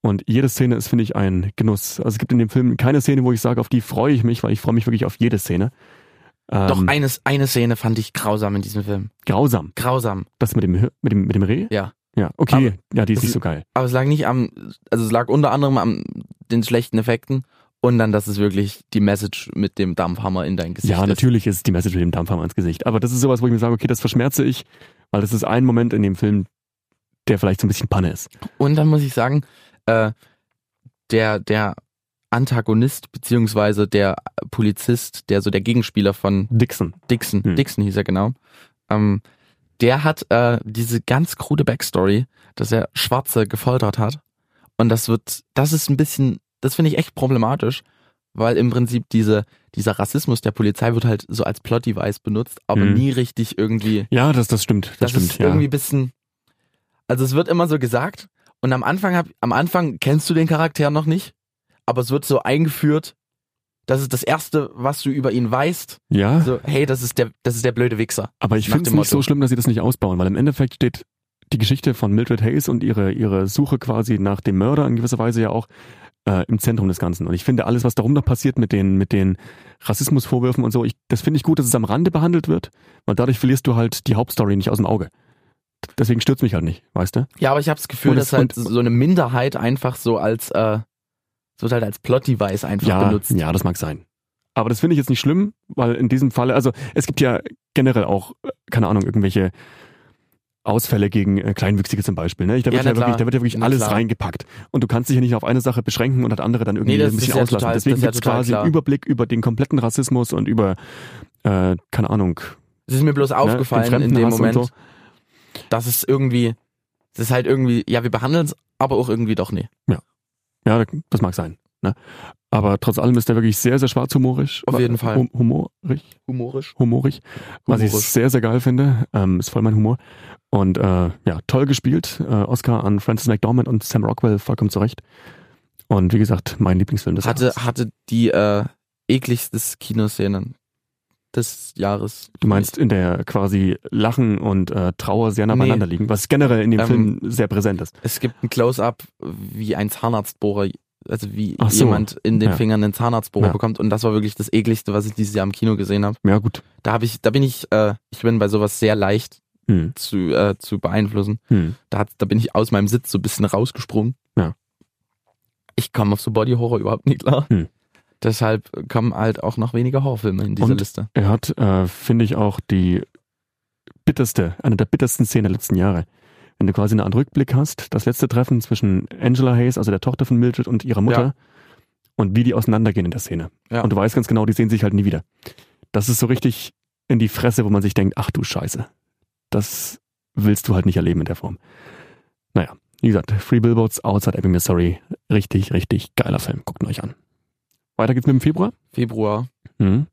Speaker 1: und jede Szene ist, finde ich, ein Genuss. Also es gibt in dem Film keine Szene, wo ich sage, auf die freue ich mich, weil ich freue mich wirklich auf jede Szene. Ähm,
Speaker 2: Doch eine, eine Szene fand ich grausam in diesem Film.
Speaker 1: grausam.
Speaker 2: Grausam.
Speaker 1: Das mit dem, Hir- mit dem, mit dem Reh?
Speaker 2: Ja.
Speaker 1: Ja, okay, ja, die ist
Speaker 2: es-
Speaker 1: nicht so geil.
Speaker 2: Aber es lag nicht am, also es lag unter anderem an den schlechten Effekten Und dann, dass es wirklich die Message mit dem Dampfhammer in dein Gesicht
Speaker 1: Ja,
Speaker 2: ist.
Speaker 1: natürlich ist die Message mit dem Dampfhammer ins Gesicht. Aber das ist sowas, wo ich mir sage, okay, das verschmerze ich, weil das ist ein Moment in dem Film, der vielleicht so ein bisschen Panne ist.
Speaker 2: Und dann muss ich sagen, äh, der, der Antagonist, beziehungsweise der Polizist, der so der Gegenspieler von
Speaker 1: Dixon.
Speaker 2: Dixon,
Speaker 1: Hm.
Speaker 2: Dixon hieß er genau, ähm, der hat äh, diese ganz krude Backstory, dass er Schwarze gefoltert hat. Und das wird, das ist ein bisschen, das finde ich echt problematisch, weil im Prinzip diese, dieser Rassismus der Polizei wird halt so als Plot-Device benutzt, aber
Speaker 1: Hm.
Speaker 2: nie richtig irgendwie
Speaker 1: Ja, das, das stimmt. Das,
Speaker 2: das,
Speaker 1: stimmt,
Speaker 2: ist
Speaker 1: ja.
Speaker 2: irgendwie ein bisschen. Also es wird immer so gesagt und am Anfang hab, am Anfang kennst du den Charakter noch nicht, aber es wird so eingeführt, das ist das erste, was du über ihn weißt.
Speaker 1: ja,
Speaker 2: So, hey, das ist der, das ist der blöde Wichser.
Speaker 1: aber ich
Speaker 2: nach
Speaker 1: finde es
Speaker 2: dem
Speaker 1: nicht so
Speaker 2: Motto.
Speaker 1: schlimm, dass sie das nicht ausbauen, weil im Endeffekt steht die Geschichte von Mildred Hayes und ihre, ihre Suche quasi nach dem Mörder in gewisser Weise ja auch äh, im Zentrum des Ganzen. Und ich finde alles, was darum noch passiert mit den, mit den Rassismusvorwürfen und so, ich, das finde ich gut, dass es am Rande behandelt wird, weil dadurch verlierst du halt die Hauptstory nicht aus dem Auge. Deswegen stürzt mich halt nicht, weißt du?
Speaker 2: Ja, aber ich habe das Gefühl,
Speaker 1: Und es-
Speaker 2: dass halt
Speaker 1: und-
Speaker 2: so eine Minderheit einfach so als, äh, es wird halt als Plot-Device einfach
Speaker 1: ja,
Speaker 2: benutzt.
Speaker 1: Ja, das mag sein. Aber das finde ich jetzt nicht schlimm, weil in diesem Falle, also es gibt ja generell auch, äh, keine Ahnung, irgendwelche Ausfälle gegen äh, Kleinwüchsige zum Beispiel. Ne? Ich- Da,
Speaker 2: Ja,
Speaker 1: wird
Speaker 2: na
Speaker 1: ja, wirklich,
Speaker 2: klar.
Speaker 1: da wird ja wirklich
Speaker 2: Na
Speaker 1: alles
Speaker 2: klar.
Speaker 1: reingepackt. Und du kannst dich ja nicht auf eine Sache beschränken und das andere dann irgendwie
Speaker 2: Nee, das
Speaker 1: ein
Speaker 2: ist
Speaker 1: bisschen
Speaker 2: ja
Speaker 1: auslassen.
Speaker 2: total- das
Speaker 1: Deswegen
Speaker 2: ist ja
Speaker 1: gibt's
Speaker 2: total
Speaker 1: quasi
Speaker 2: klar.
Speaker 1: einen Überblick über den kompletten Rassismus und über, äh, keine Ahnung,
Speaker 2: Es ist mir bloß
Speaker 1: ne, den
Speaker 2: aufgefallen in dem
Speaker 1: Fremdenhass und
Speaker 2: Moment,
Speaker 1: So.
Speaker 2: dass es irgendwie, das ist halt irgendwie, ja, wir behandeln es, aber auch irgendwie doch nicht.
Speaker 1: Ja, das mag sein. Ne? Aber trotz allem ist der wirklich sehr, sehr schwarzhumorisch.
Speaker 2: Auf jeden Fall.
Speaker 1: Hum humorig.
Speaker 2: Humorisch.
Speaker 1: humorig, was ich
Speaker 2: Humorisch.
Speaker 1: sehr, sehr geil finde. Ähm, ist voll mein Humor. Und äh, ja, toll gespielt. Äh, Oscar an Francis McDormand und Sam Rockwell vollkommen zurecht. Und wie gesagt, mein Lieblingsfilm des
Speaker 2: hatte,
Speaker 1: Jahres.
Speaker 2: hatte die äh, ekligstes Kinoszenen des Jahres.
Speaker 1: Du meinst, in der quasi Lachen und äh, Trauer sehr nah
Speaker 2: Nee.
Speaker 1: beieinander liegen, was generell in dem
Speaker 2: Ähm,
Speaker 1: Film sehr präsent ist.
Speaker 2: Es gibt ein Close-up, wie ein Zahnarztbohrer, also wie
Speaker 1: Ach so.
Speaker 2: jemand in den
Speaker 1: Ja.
Speaker 2: Fingern einen Zahnarztbohrer
Speaker 1: Ja.
Speaker 2: bekommt. Und das war wirklich das ekligste, was ich dieses Jahr im Kino gesehen habe.
Speaker 1: Ja, gut.
Speaker 2: Da habe ich, da bin ich, äh, ich bin bei sowas sehr leicht
Speaker 1: Hm.
Speaker 2: zu, äh, zu beeinflussen.
Speaker 1: Hm.
Speaker 2: Da, hat, da bin ich aus meinem Sitz so ein bisschen rausgesprungen.
Speaker 1: Ja.
Speaker 2: Ich komme auf so Body Horror überhaupt nicht klar.
Speaker 1: Hm.
Speaker 2: Deshalb kommen halt auch noch weniger Horrorfilme in dieser
Speaker 1: Und?
Speaker 2: Liste.
Speaker 1: Er hat, äh, finde ich, auch die bitterste, eine der bittersten Szenen der letzten Jahre. Wenn du quasi eine Art Rückblick hast, das letzte Treffen zwischen Angela Hayes, also der Tochter von Mildred und ihrer Mutter,
Speaker 2: Ja.
Speaker 1: und wie die auseinandergehen in der Szene.
Speaker 2: Ja.
Speaker 1: Und du weißt ganz genau, die sehen sich halt nie wieder. Das ist so richtig in die Fresse, wo man sich denkt, ach du Scheiße, das willst du halt nicht erleben in der Form. Naja, wie gesagt, Free Billboards Outside Ebbing, Missouri, richtig, richtig geiler Film, guckt ihn euch an. Weiter geht's mit dem Februar.
Speaker 2: Februar.
Speaker 1: Mhm.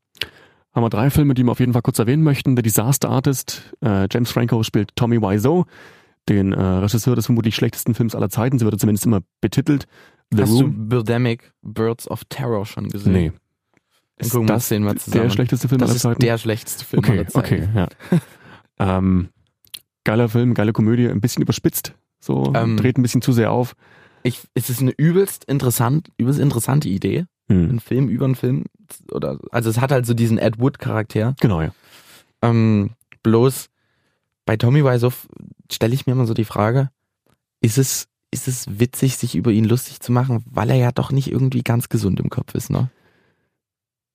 Speaker 1: Haben wir drei Filme, die wir auf jeden Fall kurz erwähnen möchten. The Disaster Artist, äh, James Franco spielt Tommy Wiseau, den äh, Regisseur des vermutlich schlechtesten Films aller Zeiten. Sie wurde zumindest immer betitelt. The
Speaker 2: Hast
Speaker 1: Room.
Speaker 2: du Birdemic Birds of Terror schon gesehen?
Speaker 1: Nee.
Speaker 2: Dann
Speaker 1: Ist
Speaker 2: gucken wir uns
Speaker 1: das
Speaker 2: den mal
Speaker 1: der
Speaker 2: zusammen.
Speaker 1: schlechteste Film
Speaker 2: das
Speaker 1: aller
Speaker 2: ist
Speaker 1: Zeiten?
Speaker 2: der schlechteste Film
Speaker 1: okay,
Speaker 2: aller Zeiten.
Speaker 1: okay, ja. ähm, geiler Film, geile Komödie, ein bisschen überspitzt. So,
Speaker 2: Ähm,
Speaker 1: dreht ein bisschen zu sehr auf.
Speaker 2: Ich, es ist eine übelst interessant, übelst interessante Idee,
Speaker 1: Mhm.
Speaker 2: einen Film über einen Film z- oder also es hat halt so diesen Ed Wood Charakter.
Speaker 1: Genau, ja.
Speaker 2: Ähm, bloß bei Tommy Wiseau stelle ich mir immer so die Frage, ist es ist es witzig, sich über ihn lustig zu machen, weil er ja doch nicht irgendwie ganz gesund im Kopf ist, ne?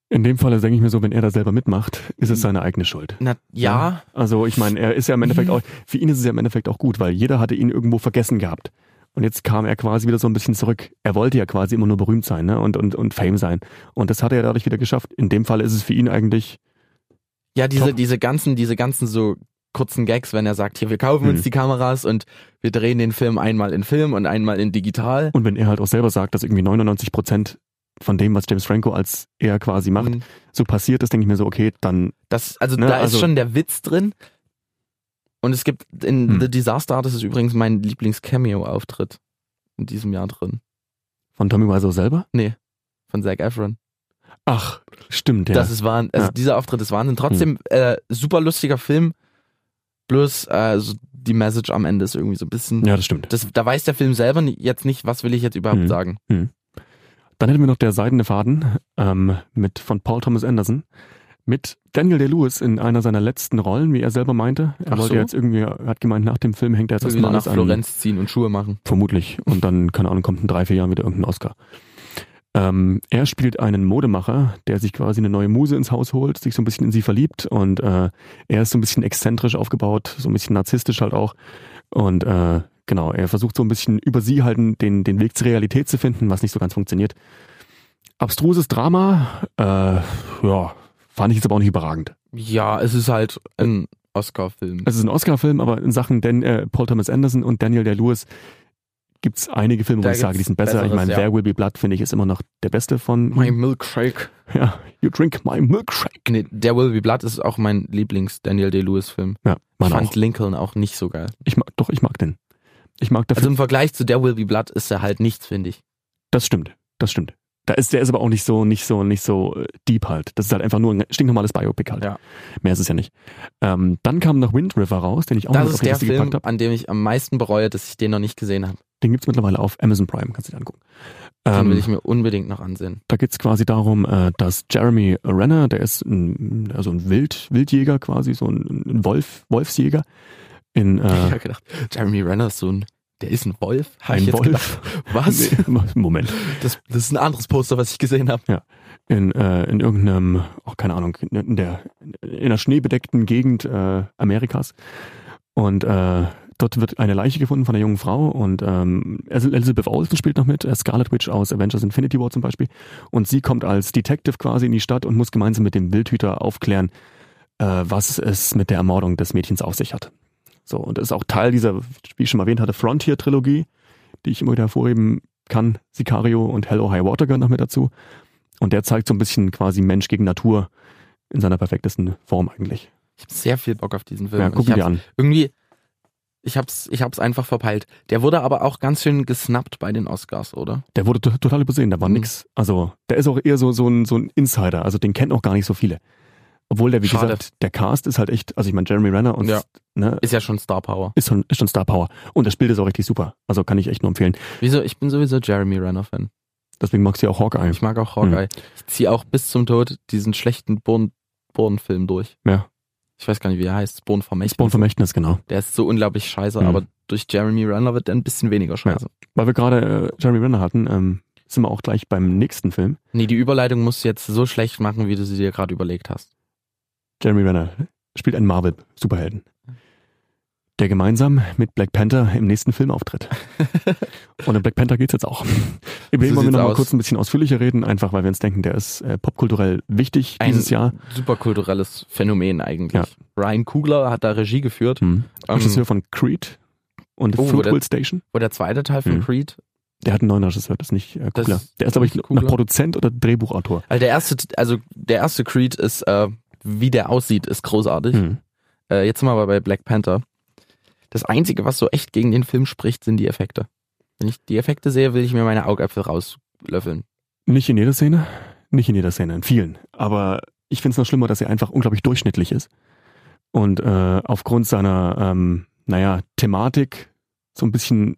Speaker 1: In dem Fall denke ich mir so, wenn er da selber mitmacht, ist
Speaker 2: Hm.
Speaker 1: es seine eigene Schuld.
Speaker 2: Na ja,
Speaker 1: Also ich meine, er ist ja im Endeffekt
Speaker 2: Mhm.
Speaker 1: auch, für ihn ist es ja im Endeffekt auch gut, weil jeder hatte ihn irgendwo vergessen gehabt. Und jetzt kam er quasi wieder so ein bisschen zurück. Er wollte ja quasi immer nur berühmt sein ne? und, und, und Fame sein. Und das hat er ja dadurch wieder geschafft. In dem Fall ist es für ihn eigentlich,
Speaker 2: Ja, diese,
Speaker 1: Top.
Speaker 2: diese ganzen, diese ganzen so kurzen Gags, wenn er sagt, hier, wir kaufen
Speaker 1: Hm.
Speaker 2: uns die Kameras und wir drehen den Film einmal in Film und einmal in digital.
Speaker 1: und wenn er halt auch selber sagt, dass irgendwie 99 Prozent von dem, was James Franco als er quasi macht,
Speaker 2: Hm.
Speaker 1: so passiert ist, denke ich mir so, okay, dann
Speaker 2: Das, also
Speaker 1: Ne,
Speaker 2: da
Speaker 1: also-
Speaker 2: ist schon der Witz drin. Und es gibt in
Speaker 1: Hm.
Speaker 2: The Disaster Artist ist übrigens mein Lieblings-Cameo-Auftritt in diesem Jahr drin.
Speaker 1: von Tommy Wiseau selber?
Speaker 2: Von Zac Efron.
Speaker 1: Ach, stimmt, ja.
Speaker 2: Das ist Wahnsinn. Also
Speaker 1: Ja. Hm.
Speaker 2: dieser Auftritt ist Wahnsinn. Trotzdem äh, super lustiger Film. Bloß äh, so die Message am Ende ist irgendwie so ein bisschen.
Speaker 1: ja, das stimmt.
Speaker 2: Das, da weiß der Film selber ni- jetzt nicht, was will ich jetzt überhaupt
Speaker 1: Hm.
Speaker 2: sagen.
Speaker 1: Dann hätten wir noch der Seidene Faden ähm, mit, von Paul Thomas Anderson mit Daniel Day-Lewis in einer seiner letzten Rollen, wie er selber meinte. Er
Speaker 2: Ach
Speaker 1: wollte
Speaker 2: so.
Speaker 1: jetzt irgendwie, er hat gemeint, nach dem Film hängt er jetzt
Speaker 2: Will
Speaker 1: erstmal
Speaker 2: wieder nach
Speaker 1: alles an.
Speaker 2: Florenz ziehen und Schuhe machen.
Speaker 1: Vermutlich. Und dann, keine Ahnung, kommt in drei, vier Jahren wieder irgendein Oscar. Ähm, er spielt einen Modemacher, der sich quasi eine neue Muse ins Haus holt, sich so ein bisschen in sie verliebt und äh, er ist so ein bisschen exzentrisch aufgebaut, so ein bisschen narzisstisch halt auch. Und äh, genau, er versucht so ein bisschen über sie halt den, den Weg zur Realität zu finden, was nicht so ganz funktioniert. Abstruses Drama, äh, ja, fand ich jetzt aber auch nicht überragend.
Speaker 2: Ja, es ist halt ein Oscar-Film.
Speaker 1: Es ist ein Oscar-Film, aber in Sachen Dan, äh, Paul Thomas Anderson und Daniel Day-Lewis gibt es einige Filme, wo
Speaker 2: Da
Speaker 1: ich sage, die
Speaker 2: gibt's
Speaker 1: sind besser. ich
Speaker 2: besseres,
Speaker 1: meine,
Speaker 2: ja.
Speaker 1: There Will Be Blood finde ich ist immer noch der beste von.
Speaker 2: My Milkshake.
Speaker 1: ja, You Drink My Milkshake.
Speaker 2: Nee, Der Will Be Blood ist auch mein Lieblings-Daniel Day-Lewis-Film.
Speaker 1: Ja,
Speaker 2: Ich
Speaker 1: man
Speaker 2: fand
Speaker 1: auch.
Speaker 2: Lincoln auch nicht so geil.
Speaker 1: Ich mag, doch, ich mag den. Ich mag dafür.
Speaker 2: Also im Vergleich zu Der Will Be Blood ist er halt nichts, finde ich.
Speaker 1: das stimmt, das stimmt. Da ist der ist aber auch nicht so, nicht so, nicht so äh, deep halt. Das ist halt einfach nur ein stinknormales Biopic halt.
Speaker 2: Ja.
Speaker 1: Mehr ist es ja nicht. Ähm, dann kam noch Wind River raus, den ich auch
Speaker 2: Das
Speaker 1: noch auf
Speaker 2: ist
Speaker 1: die
Speaker 2: der
Speaker 1: Liste
Speaker 2: Film,
Speaker 1: gepackt habe.
Speaker 2: an dem ich am meisten bereue, dass ich den noch nicht gesehen habe.
Speaker 1: Den gibt's mittlerweile auf Amazon Prime, kannst du dir angucken.
Speaker 2: Den
Speaker 1: Ähm,
Speaker 2: will ich mir unbedingt noch ansehen.
Speaker 1: da geht's quasi darum, äh, dass Jeremy Renner, der ist ein, also ein Wild, Wildjäger quasi, so ein, ein Wolf, Wolfsjäger in
Speaker 2: Ich
Speaker 1: äh,
Speaker 2: habe gedacht, Jeremy Renner ist so ein, der ist ein Wolf. Hab ich
Speaker 1: ein
Speaker 2: jetzt
Speaker 1: Wolf.
Speaker 2: Gedacht, was?
Speaker 1: Nee, Moment.
Speaker 2: Das, das ist ein anderes Poster, was ich gesehen habe.
Speaker 1: In, äh, in irgendeinem, oh, keine Ahnung, in der in einer schneebedeckten Gegend äh, Amerikas. Und äh, dort wird eine Leiche gefunden von einer jungen Frau und ähm, Es- Elizabeth Olsen spielt noch mit, äh, Scarlet Witch aus Avengers Infinity War zum Beispiel. Und sie kommt als Detective quasi in die Stadt und muss gemeinsam mit dem Wildhüter aufklären, äh, was es mit der Ermordung des Mädchens auf sich hat. So, und das ist auch Teil dieser, wie ich schon erwähnt hatte, Frontier-Trilogie, die ich immer wieder hervorheben kann. Sicario und Hello High Water gehören noch mit dazu. Und der zeigt so ein bisschen quasi Mensch gegen Natur in seiner perfektesten Form eigentlich.
Speaker 2: Ich habe sehr viel Bock auf diesen Film.
Speaker 1: Ja,
Speaker 2: Und
Speaker 1: guck
Speaker 2: Also ich
Speaker 1: ihn dir
Speaker 2: hab's
Speaker 1: an.
Speaker 2: irgendwie, ich hab's, ich hab's einfach verpeilt. Der wurde aber auch ganz schön gesnappt bei den Oscars, oder?
Speaker 1: Der wurde to- total übersehen, da war
Speaker 2: Mhm.
Speaker 1: nix. Also, der ist auch eher so, so, ein, so ein Insider, also den kennen auch gar nicht so viele. Obwohl der, wie
Speaker 2: Schade.
Speaker 1: gesagt, der Cast ist halt echt, also ich meine, Jeremy Renner und
Speaker 2: Ja.
Speaker 1: ne,
Speaker 2: Ist ja schon Star Power.
Speaker 1: ist, schon, ist schon Star Power. Und das Spiel ist auch richtig super. Also kann ich echt nur empfehlen.
Speaker 2: Wieso? Ich bin sowieso Jeremy Renner-Fan.
Speaker 1: Deswegen magst du ja auch Hawkeye.
Speaker 2: Ich mag auch Hawkeye.
Speaker 1: Hm.
Speaker 2: Ich ziehe auch bis zum Tod diesen schlechten Bourne- Bourne-Film durch.
Speaker 1: Ja.
Speaker 2: Ich weiß gar nicht, wie er heißt. Bourne Vermächtnis.
Speaker 1: Spawn Vermächtnis, genau.
Speaker 2: Der ist so unglaublich scheiße,
Speaker 1: Mhm.
Speaker 2: aber durch Jeremy Renner wird er ein bisschen weniger scheiße.
Speaker 1: Weil wir gerade äh, Jeremy Renner hatten, ähm, sind wir auch gleich beim nächsten Film.
Speaker 2: Nee, die Überleitung musst du jetzt so schlecht machen, wie du sie dir gerade überlegt hast.
Speaker 1: Jeremy Renner spielt einen Marvel-Superhelden, der gemeinsam mit Black Panther im nächsten Film auftritt. Und in Black Panther geht's jetzt auch. Über
Speaker 2: So
Speaker 1: den wollen wir
Speaker 2: sieht's
Speaker 1: noch mal
Speaker 2: aus.
Speaker 1: kurz ein bisschen ausführlicher reden, einfach weil wir uns denken, der ist äh, popkulturell wichtig
Speaker 2: Ein-
Speaker 1: dieses Jahr.
Speaker 2: Superkulturelles Phänomen eigentlich. Ryan Kugler hat da Regie geführt.
Speaker 1: Hm.
Speaker 2: Ähm,
Speaker 1: Regisseur von Creed und
Speaker 2: oh,
Speaker 1: Fruitville
Speaker 2: der-
Speaker 1: Station.
Speaker 2: wo der zweite Teil von
Speaker 1: Mhm.
Speaker 2: Creed.
Speaker 1: Der hat einen neuen Regisseur, das ist nicht äh,
Speaker 2: Das
Speaker 1: Kugler.
Speaker 2: ist
Speaker 1: Der ist, glaube ich,
Speaker 2: nicht
Speaker 1: noch
Speaker 2: Kugler.
Speaker 1: Produzent oder Drehbuchautor.
Speaker 2: Also der erste, also der erste Creed ist, äh, wie der aussieht, ist großartig.
Speaker 1: Hm.
Speaker 2: Äh, jetzt sind wir aber bei Black Panther. Das Einzige, was so echt gegen den Film spricht, sind die Effekte. Wenn ich die Effekte sehe, will ich mir meine Augäpfel rauslöffeln.
Speaker 1: Nicht in jeder Szene. Nicht in jeder Szene, in vielen. Aber ich finde es noch schlimmer, dass er einfach unglaublich durchschnittlich ist. Und äh, aufgrund seiner, ähm, naja, Thematik so ein bisschen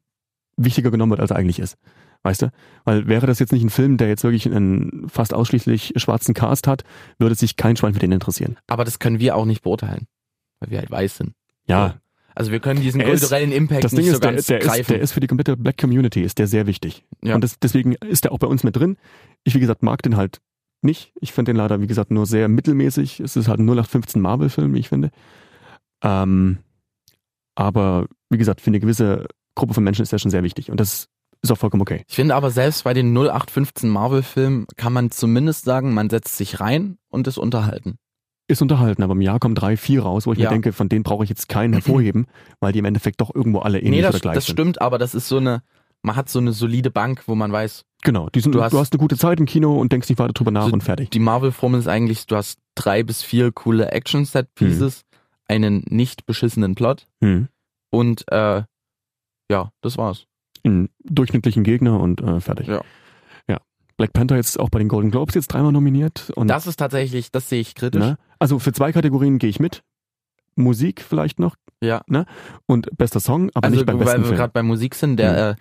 Speaker 1: wichtiger genommen wird, als er eigentlich ist. Weißt du? Weil wäre das jetzt nicht ein Film, der jetzt wirklich einen fast ausschließlich schwarzen Cast hat, würde sich kein Schwein für den interessieren.
Speaker 2: Aber das können wir auch nicht beurteilen, weil wir halt weiß sind.
Speaker 1: Ja,
Speaker 2: Also wir können diesen
Speaker 1: Er ist-
Speaker 2: kulturellen Impact
Speaker 1: das
Speaker 2: nicht
Speaker 1: Ding
Speaker 2: so
Speaker 1: ist, der,
Speaker 2: ganz
Speaker 1: der, ist,
Speaker 2: greifen.
Speaker 1: der ist für die komplette Black Community ist der sehr wichtig.
Speaker 2: Ja.
Speaker 1: Und das, deswegen ist der auch bei uns mit drin. Ich, wie gesagt, mag den halt nicht. Ich finde den leider, wie gesagt, nur sehr mittelmäßig. Es ist halt ein 0815 Marvel-Film, wie ich finde. Ähm, aber, wie gesagt, für eine gewisse Gruppe von Menschen ist der schon sehr wichtig. Und das ist auch vollkommen okay.
Speaker 2: ich finde aber selbst bei den 0815 Marvel-Filmen kann man zumindest sagen, man setzt sich rein und ist unterhalten.
Speaker 1: Ist unterhalten, aber im Jahr kommen drei, vier raus, wo ich
Speaker 2: Ja.
Speaker 1: mir denke, von denen brauche ich jetzt keinen hervorheben, weil die im Endeffekt doch irgendwo alle ähnlich
Speaker 2: nee, das,
Speaker 1: oder gleich
Speaker 2: das
Speaker 1: sind.
Speaker 2: stimmt, aber das ist so eine, man hat so eine solide Bank, wo man weiß,
Speaker 1: Genau, die sind,
Speaker 2: Du
Speaker 1: du,
Speaker 2: hast-
Speaker 1: hast, eine gute Zeit im Kino und denkst nicht weiter drüber nach
Speaker 2: So
Speaker 1: und fertig.
Speaker 2: die Marvel-Formel ist eigentlich, du hast drei bis vier coole Action-Set-Pieces,
Speaker 1: Mhm.
Speaker 2: einen nicht beschissenen Plot
Speaker 1: Hm.
Speaker 2: und äh, ja, das war's.
Speaker 1: einen durchschnittlichen Gegner und äh, fertig.
Speaker 2: Ja.
Speaker 1: ja. Black Panther jetzt auch bei den Golden Globes jetzt dreimal nominiert. Und,
Speaker 2: Das ist tatsächlich, das sehe ich kritisch.
Speaker 1: ne? Also für zwei Kategorien gehe ich mit. Musik vielleicht noch ne?
Speaker 2: Ja,
Speaker 1: und bester Song, aber
Speaker 2: also
Speaker 1: nicht beim
Speaker 2: weil
Speaker 1: besten
Speaker 2: wir
Speaker 1: Film.
Speaker 2: gerade bei Musik sind, der äh,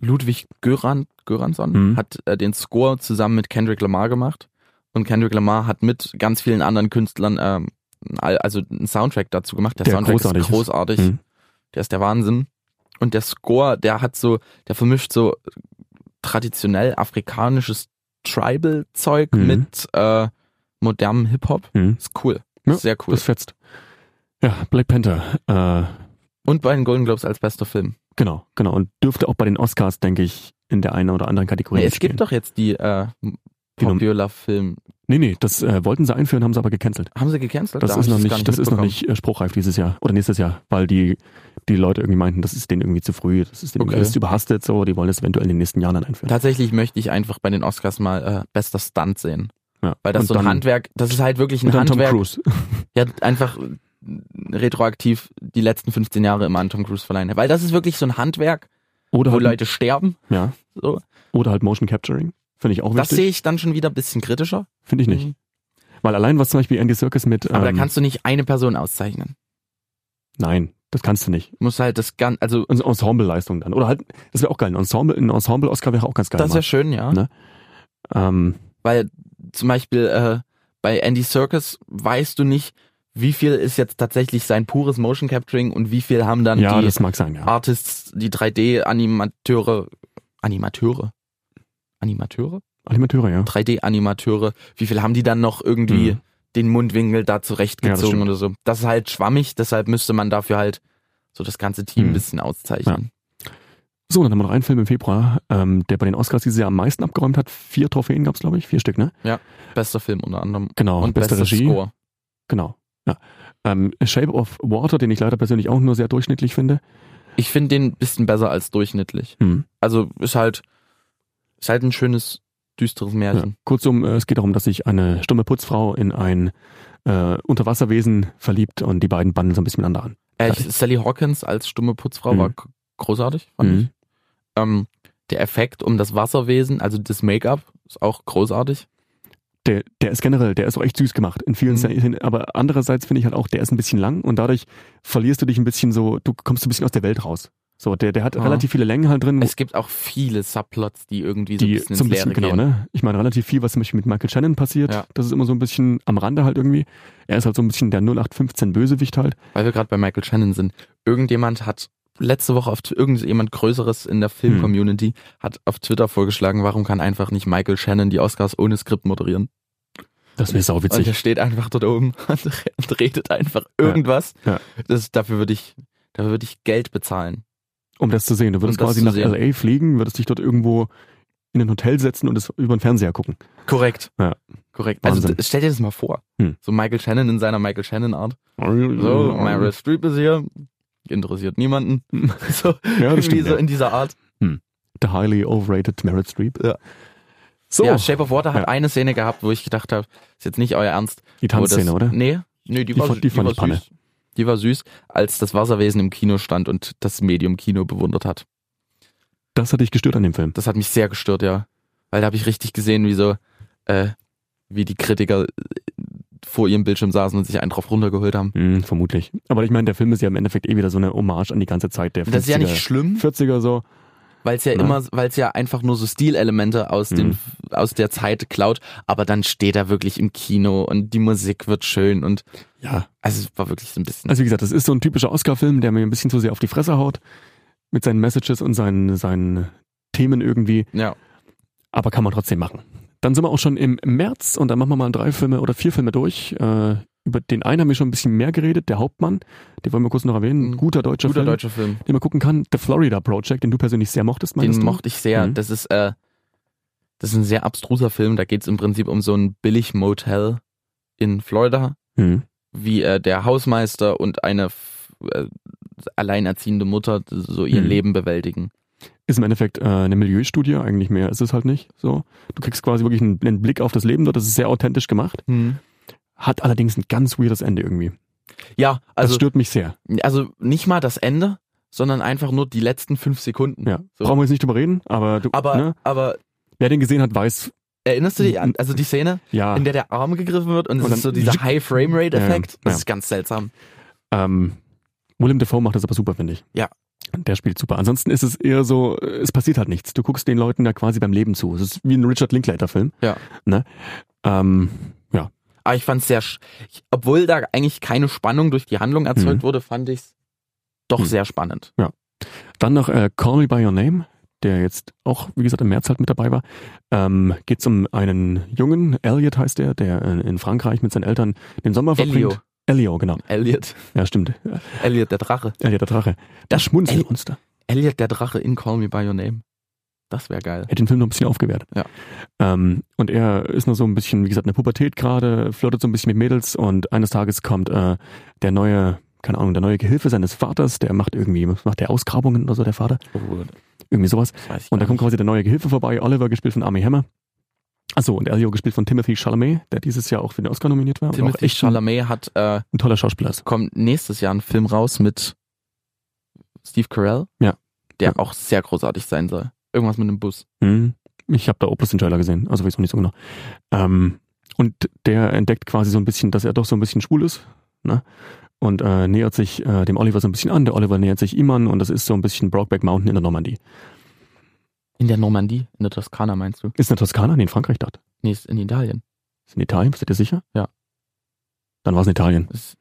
Speaker 2: Ludwig Göran, Göransson
Speaker 1: Mhm.
Speaker 2: hat äh, den Score zusammen mit Kendrick Lamar gemacht und Kendrick Lamar hat mit ganz vielen anderen Künstlern ähm, all- also einen Soundtrack dazu gemacht. Der,
Speaker 1: Der
Speaker 2: Soundtrack
Speaker 1: großartig
Speaker 2: ist
Speaker 1: ist.
Speaker 2: großartig.
Speaker 1: Mhm.
Speaker 2: Der ist der Wahnsinn. Und der Score, der hat so, der vermischt so traditionell afrikanisches Tribal-Zeug
Speaker 1: Mhm.
Speaker 2: mit äh, modernem Hip-Hop.
Speaker 1: Mhm.
Speaker 2: Ist cool.
Speaker 1: Ja,
Speaker 2: Sehr cool.
Speaker 1: Das fetzt. Ja, Black Panther. Äh,
Speaker 2: Und bei den Golden Globes als bester Film.
Speaker 1: genau, genau. Und dürfte auch bei den Oscars, denke ich, in der einen oder anderen Kategorie
Speaker 2: Nee, es
Speaker 1: mitspielen.
Speaker 2: gibt doch jetzt die äh,
Speaker 1: Die Nom-
Speaker 2: Popular Film.
Speaker 1: Nee, nee, das äh, wollten sie einführen, haben sie aber gecancelt.
Speaker 2: Haben sie gecancelt?
Speaker 1: Das
Speaker 2: ne? Da hab
Speaker 1: ist
Speaker 2: ich
Speaker 1: noch
Speaker 2: gar
Speaker 1: nicht, das ist noch
Speaker 2: mitbekommen.
Speaker 1: nicht äh, spruchreif dieses Jahr oder nächstes Jahr, weil die, die Leute irgendwie meinten, das ist denen irgendwie zu früh, das ist denen
Speaker 2: Okay.
Speaker 1: irgendwie das ist überhastet, so, die wollen das eventuell in den nächsten Jahren dann einführen.
Speaker 2: Tatsächlich möchte ich einfach bei den Oscars mal äh, bester Stunt sehen.
Speaker 1: ja.
Speaker 2: Weil das
Speaker 1: Und
Speaker 2: so ein
Speaker 1: dann-
Speaker 2: Handwerk, das ist halt wirklich ein
Speaker 1: und dann Tom
Speaker 2: Handwerk.
Speaker 1: Cruise.
Speaker 2: Ja, einfach retroaktiv die letzten 15 Jahre immer an Tom Cruise verleihen. Weil das ist wirklich so ein Handwerk,
Speaker 1: Oder
Speaker 2: wo
Speaker 1: halt,
Speaker 2: Leute sterben.
Speaker 1: ja,
Speaker 2: So.
Speaker 1: oder halt Motion Capturing. Finde ich auch
Speaker 2: Das
Speaker 1: wichtig.
Speaker 2: sehe ich dann schon wieder ein bisschen kritischer. Mhm.
Speaker 1: Finde ich nicht. Weil allein was zum Beispiel Andy Serkis mit.
Speaker 2: Aber
Speaker 1: ähm,
Speaker 2: da kannst du nicht eine Person auszeichnen.
Speaker 1: nein, das kannst du nicht.
Speaker 2: Du musst halt das Ganze, also
Speaker 1: Also Ensemble-Leistung dann. Oder halt, das wäre auch geil. Ein Ensemble, ein Ensemble-Oscar wäre auch ganz geil.
Speaker 2: das wäre schön, ja.
Speaker 1: Ne? mal. ähm,
Speaker 2: Weil zum Beispiel äh, bei Andy Serkis weißt du nicht, wie viel ist jetzt tatsächlich sein pures Motion Capturing und wie viel haben dann
Speaker 1: ja,
Speaker 2: die
Speaker 1: das mag sein, ja.
Speaker 2: Artists, die 3D-Animateure, Animateure? Animateure?
Speaker 1: Animateure, ja.
Speaker 2: 3D-Animateure, wie viel haben die dann noch irgendwie
Speaker 1: Mhm.
Speaker 2: den Mundwinkel da
Speaker 1: Ja, das
Speaker 2: zurechtgezogen
Speaker 1: stimmt.
Speaker 2: oder so? Das ist halt schwammig, deshalb müsste man dafür halt so das ganze Team
Speaker 1: Mhm.
Speaker 2: ein bisschen auszeichnen.
Speaker 1: So, dann haben wir noch einen Film im Februar, ähm, der bei den Oscars dieses Jahr am meisten abgeräumt hat. Vier Trophäen gab's glaube ich. Vier Stück, ne?
Speaker 2: Bester Film unter anderem.
Speaker 1: Genau.
Speaker 2: und bester
Speaker 1: Regie.
Speaker 2: Score.
Speaker 1: Genau. Ja. Ähm, Shape of Water, den ich leider persönlich auch nur sehr durchschnittlich finde.
Speaker 2: Ich finde den ein bisschen besser als durchschnittlich.
Speaker 1: Hm.
Speaker 2: Also ist halt, ist halt ein schönes, düsteres
Speaker 1: Ja.
Speaker 2: Märchen.
Speaker 1: Kurzum, äh, es geht darum, dass sich eine stumme Putzfrau in ein äh, Unterwasserwesen verliebt und die beiden bandeln so ein bisschen miteinander an.
Speaker 2: Äh, ich, Sally Hawkins als stumme Putzfrau
Speaker 1: Mhm.
Speaker 2: war k- großartig, fand ich.
Speaker 1: Mhm.
Speaker 2: Ähm, der Effekt um das Wasserwesen, also das Make-up, ist auch großartig.
Speaker 1: Der, der ist generell, der ist auch echt süß gemacht. In vielen
Speaker 2: Mhm.
Speaker 1: Szenen, aber andererseits finde ich halt auch, der ist ein bisschen lang und dadurch verlierst du dich ein bisschen so, du kommst ein bisschen aus der Welt raus. So, der, der hat
Speaker 2: Ja.
Speaker 1: relativ viele Längen halt drin, wo-
Speaker 2: Es gibt auch viele Subplots, die irgendwie so ein
Speaker 1: die
Speaker 2: bisschen
Speaker 1: zum
Speaker 2: ins Leere
Speaker 1: bisschen, genau,
Speaker 2: gehen.
Speaker 1: ne? Ich meine, relativ viel, was zum Beispiel mit Michael Shannon passiert,
Speaker 2: Ja.
Speaker 1: das ist immer so ein bisschen am Rande halt irgendwie. Er ist halt so ein bisschen der 0815 Bösewicht halt.
Speaker 2: Weil wir gerade bei Michael Shannon sind. Irgendjemand hat letzte Woche auf Tw- irgendjemand Größeres in der
Speaker 1: Hm.
Speaker 2: Film-Community hat auf Twitter vorgeschlagen, warum kann einfach nicht Michael Shannon die Oscars ohne Skript moderieren?
Speaker 1: Das wäre
Speaker 2: Und der
Speaker 1: sauwitzig.
Speaker 2: steht einfach dort oben und, re- und redet einfach irgendwas.
Speaker 1: Ja.
Speaker 2: Das, dafür würde ich, dafür würde ich Geld bezahlen.
Speaker 1: Um das zu sehen. Du würdest
Speaker 2: Um das
Speaker 1: quasi
Speaker 2: zu
Speaker 1: nach
Speaker 2: sehen.
Speaker 1: LA fliegen, würdest dich dort irgendwo in ein Hotel setzen und es über den Fernseher gucken.
Speaker 2: Korrekt.
Speaker 1: Ja.
Speaker 2: Korrekt. Also
Speaker 1: Wahnsinn.
Speaker 2: d- stell dir das mal vor.
Speaker 1: Hm.
Speaker 2: So Michael Shannon in seiner Michael Shannon Art. So, Meryl Streep ist hier. Interessiert niemanden.
Speaker 1: Hm.
Speaker 2: So,
Speaker 1: Ja, das
Speaker 2: irgendwie
Speaker 1: stimmt.
Speaker 2: so
Speaker 1: Ja.
Speaker 2: in dieser Art.
Speaker 1: The highly overrated Meryl Streep.
Speaker 2: Ja.
Speaker 1: So,
Speaker 2: Ja, Shape of Water hat
Speaker 1: Ja.
Speaker 2: eine Szene gehabt, wo ich gedacht habe, ist jetzt nicht euer Ernst.
Speaker 1: die
Speaker 2: Wo Oh, das-
Speaker 1: Tanzszene, oder?
Speaker 2: Nee, nee, die,
Speaker 1: Die
Speaker 2: war,
Speaker 1: fand- die fand
Speaker 2: war
Speaker 1: ich Panne.
Speaker 2: süß. Die war süß, als das Wasserwesen im Kino stand und das Medium Kino bewundert hat.
Speaker 1: Das hat dich gestört an dem Film.
Speaker 2: Das hat mich sehr gestört, ja. Weil da habe ich richtig gesehen, wie so, äh, wie die Kritiker äh, vor ihrem Bildschirm saßen und sich einen drauf runtergeholt haben.
Speaker 1: Hm, vermutlich. Aber ich meine, der Film ist ja im Endeffekt eh wieder so eine Hommage an die ganze Zeit der 50er,
Speaker 2: Das ist ja nicht schlimm,
Speaker 1: 40er so.
Speaker 2: weil es ja
Speaker 1: Ne?
Speaker 2: immer, weil es ja einfach nur so Stilelemente aus den,
Speaker 1: Mhm.
Speaker 2: aus der Zeit klaut, aber dann steht er wirklich im Kino und die Musik wird schön und
Speaker 1: Ja,
Speaker 2: also es war wirklich so ein bisschen.
Speaker 1: Also wie gesagt, das ist so ein typischer Oscar-Film, der mir ein bisschen zu sehr auf die Fresse haut. Mit seinen Messages und seinen, seinen Themen irgendwie.
Speaker 2: ja.
Speaker 1: Aber kann man trotzdem machen. Dann sind wir auch schon im März und dann machen wir mal drei Filme oder vier Filme durch. Äh, über den einen haben wir schon ein bisschen mehr geredet, der Hauptmann. Den wollen wir kurz noch erwähnen.
Speaker 2: Mhm.
Speaker 1: Guter deutscher
Speaker 2: Guter
Speaker 1: Film,
Speaker 2: deutscher Film.
Speaker 1: den man gucken kann. The Florida Project, den du persönlich sehr mochtest,
Speaker 2: Den
Speaker 1: meinst du?
Speaker 2: mochte ich sehr.
Speaker 1: Mhm.
Speaker 2: Das ist, äh, das ist ein sehr abstruser Film. Da geht es im Prinzip um so ein Billig-Motel in Florida.
Speaker 1: Mhm.
Speaker 2: wie äh, der Hausmeister und eine f- äh, alleinerziehende Mutter so ihr
Speaker 1: Mhm.
Speaker 2: Leben bewältigen.
Speaker 1: Ist im Endeffekt äh, eine Milieustudie, eigentlich mehr ist es halt nicht. So, Du kriegst quasi wirklich einen, einen Blick auf das Leben dort, das ist sehr authentisch gemacht. Hat allerdings ein ganz weirdes Ende irgendwie.
Speaker 2: Ja,
Speaker 1: Das
Speaker 2: also,
Speaker 1: stört mich sehr.
Speaker 2: also nicht mal das Ende, sondern einfach nur die letzten fünf Sekunden.
Speaker 1: Ja,
Speaker 2: So.
Speaker 1: brauchen wir jetzt nicht drüber reden, aber, du,
Speaker 2: Aber,
Speaker 1: ne?
Speaker 2: aber
Speaker 1: wer den gesehen hat, weiß,
Speaker 2: erinnerst du dich an also die Szene,
Speaker 1: ja,
Speaker 2: in der der Arm gegriffen wird und es
Speaker 1: Ah. Und
Speaker 2: ist so
Speaker 1: dann-
Speaker 2: dieser High Frame Rate Effekt?
Speaker 1: Ja,
Speaker 2: Das
Speaker 1: ja.
Speaker 2: ist ganz seltsam.
Speaker 1: ähm, Willem Dafoe macht das aber super, finde ich.
Speaker 2: Ja.
Speaker 1: Der spielt super. Ansonsten ist es eher so, äh, es passiert halt nichts. Du guckst den Leuten da quasi beim Leben zu. Es ist wie ein Richard Linklater-Film.
Speaker 2: Ja.
Speaker 1: Ne? Ähm, ja,
Speaker 2: Aber ich fand es sehr, sch- ich, obwohl da eigentlich keine Spannung durch die Handlung erzeugt
Speaker 1: Mhm.
Speaker 2: wurde, fand ich es doch
Speaker 1: Mhm.
Speaker 2: sehr spannend.
Speaker 1: dann noch äh, Call Me By Your Name, der jetzt auch, wie gesagt, im März halt mit dabei war, ähm, geht es um einen Jungen, Elliot heißt der, der äh, in Frankreich mit seinen Eltern den Sommer
Speaker 2: Elio.
Speaker 1: verbringt. Elio, genau.
Speaker 2: Elliot.
Speaker 1: Ja, stimmt.
Speaker 2: Elliot der Drache.
Speaker 1: Elliot der Drache. Das Schmunzelmonster.
Speaker 2: Elliot der Drache in Call Me By Your Name. Das wäre geil.
Speaker 1: Hätte den Film noch ein bisschen aufgewertet.
Speaker 2: Ja.
Speaker 1: Ähm, und er ist noch so ein bisschen, wie gesagt, in der Pubertät gerade, flirtet so ein bisschen mit Mädels und eines Tages kommt äh, der neue, keine Ahnung, der neue Gehilfe seines Vaters, der macht irgendwie, was macht der Ausgrabungen oder so, der Vater?
Speaker 2: Oh,
Speaker 1: Irgendwie sowas.
Speaker 2: das weiß ich
Speaker 1: Und da
Speaker 2: gar
Speaker 1: kommt quasi der neue Gehilfe vorbei, Oliver, gespielt von Army Hammer. Achso, und Elio gespielt von Timothy Chalamet, der dieses Jahr auch für den Oscar nominiert war.
Speaker 2: nicht.
Speaker 1: und auch
Speaker 2: Timothy
Speaker 1: echt ein,
Speaker 2: Chalamet hat, äh,
Speaker 1: ein toller Schauspieler ist.
Speaker 2: kommt nächstes Jahr ein Film raus mit Steve Carell.
Speaker 1: Ja.
Speaker 2: Der
Speaker 1: Ja.
Speaker 2: auch sehr großartig sein soll. Irgendwas mit einem Bus.
Speaker 1: Hm. Ich habe da Opus den Trailer gesehen, also weiß noch nicht so genau. Ähm, und der entdeckt quasi so ein bisschen, dass er doch so ein bisschen schwul ist. Ne? Und äh, nähert sich äh, dem Oliver so ein bisschen an. Der Oliver nähert sich ihm an und das ist so ein bisschen Brokeback Mountain in der Normandie.
Speaker 2: In der Normandie, in der Toskana meinst du?
Speaker 1: Ist eine Toskana? Nee, in Frankreich dort.
Speaker 2: Nee, ist in Italien.
Speaker 1: Ist in Italien, seid ihr sicher?
Speaker 2: Ja.
Speaker 1: Dann war es in Italien.
Speaker 2: Ist,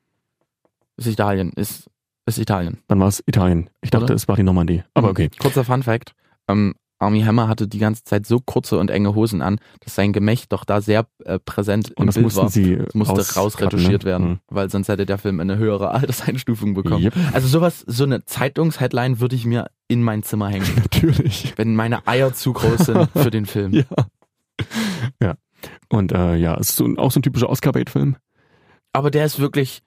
Speaker 2: ist Italien. Ist, ist Italien.
Speaker 1: Dann war es Italien. Ich dachte,
Speaker 2: Oder?
Speaker 1: es war die Normandie. Aber okay.
Speaker 2: Ähm, Kurzer Fun Fact. Ähm, Army Hammer hatte die ganze Zeit so kurze und enge Hosen an, dass sein Gemächt doch da sehr äh, präsent
Speaker 1: Und
Speaker 2: im
Speaker 1: das
Speaker 2: Bild
Speaker 1: mussten
Speaker 2: war.
Speaker 1: sie ne?
Speaker 2: Es musste rausretuschiert werden,
Speaker 1: Mhm.
Speaker 2: weil sonst hätte der Film eine höhere Alterseinstufung bekommen.
Speaker 1: Yep,
Speaker 2: Also sowas, so eine Zeitungsheadline würde ich mir in mein Zimmer hängen,
Speaker 1: natürlich.
Speaker 2: wenn meine Eier zu groß sind für den Film.
Speaker 1: Ja. Ja. Und äh, ja, es ist so, ein- auch so ein typischer Oscar-Bait-Film.
Speaker 2: Aber der ist wirklich,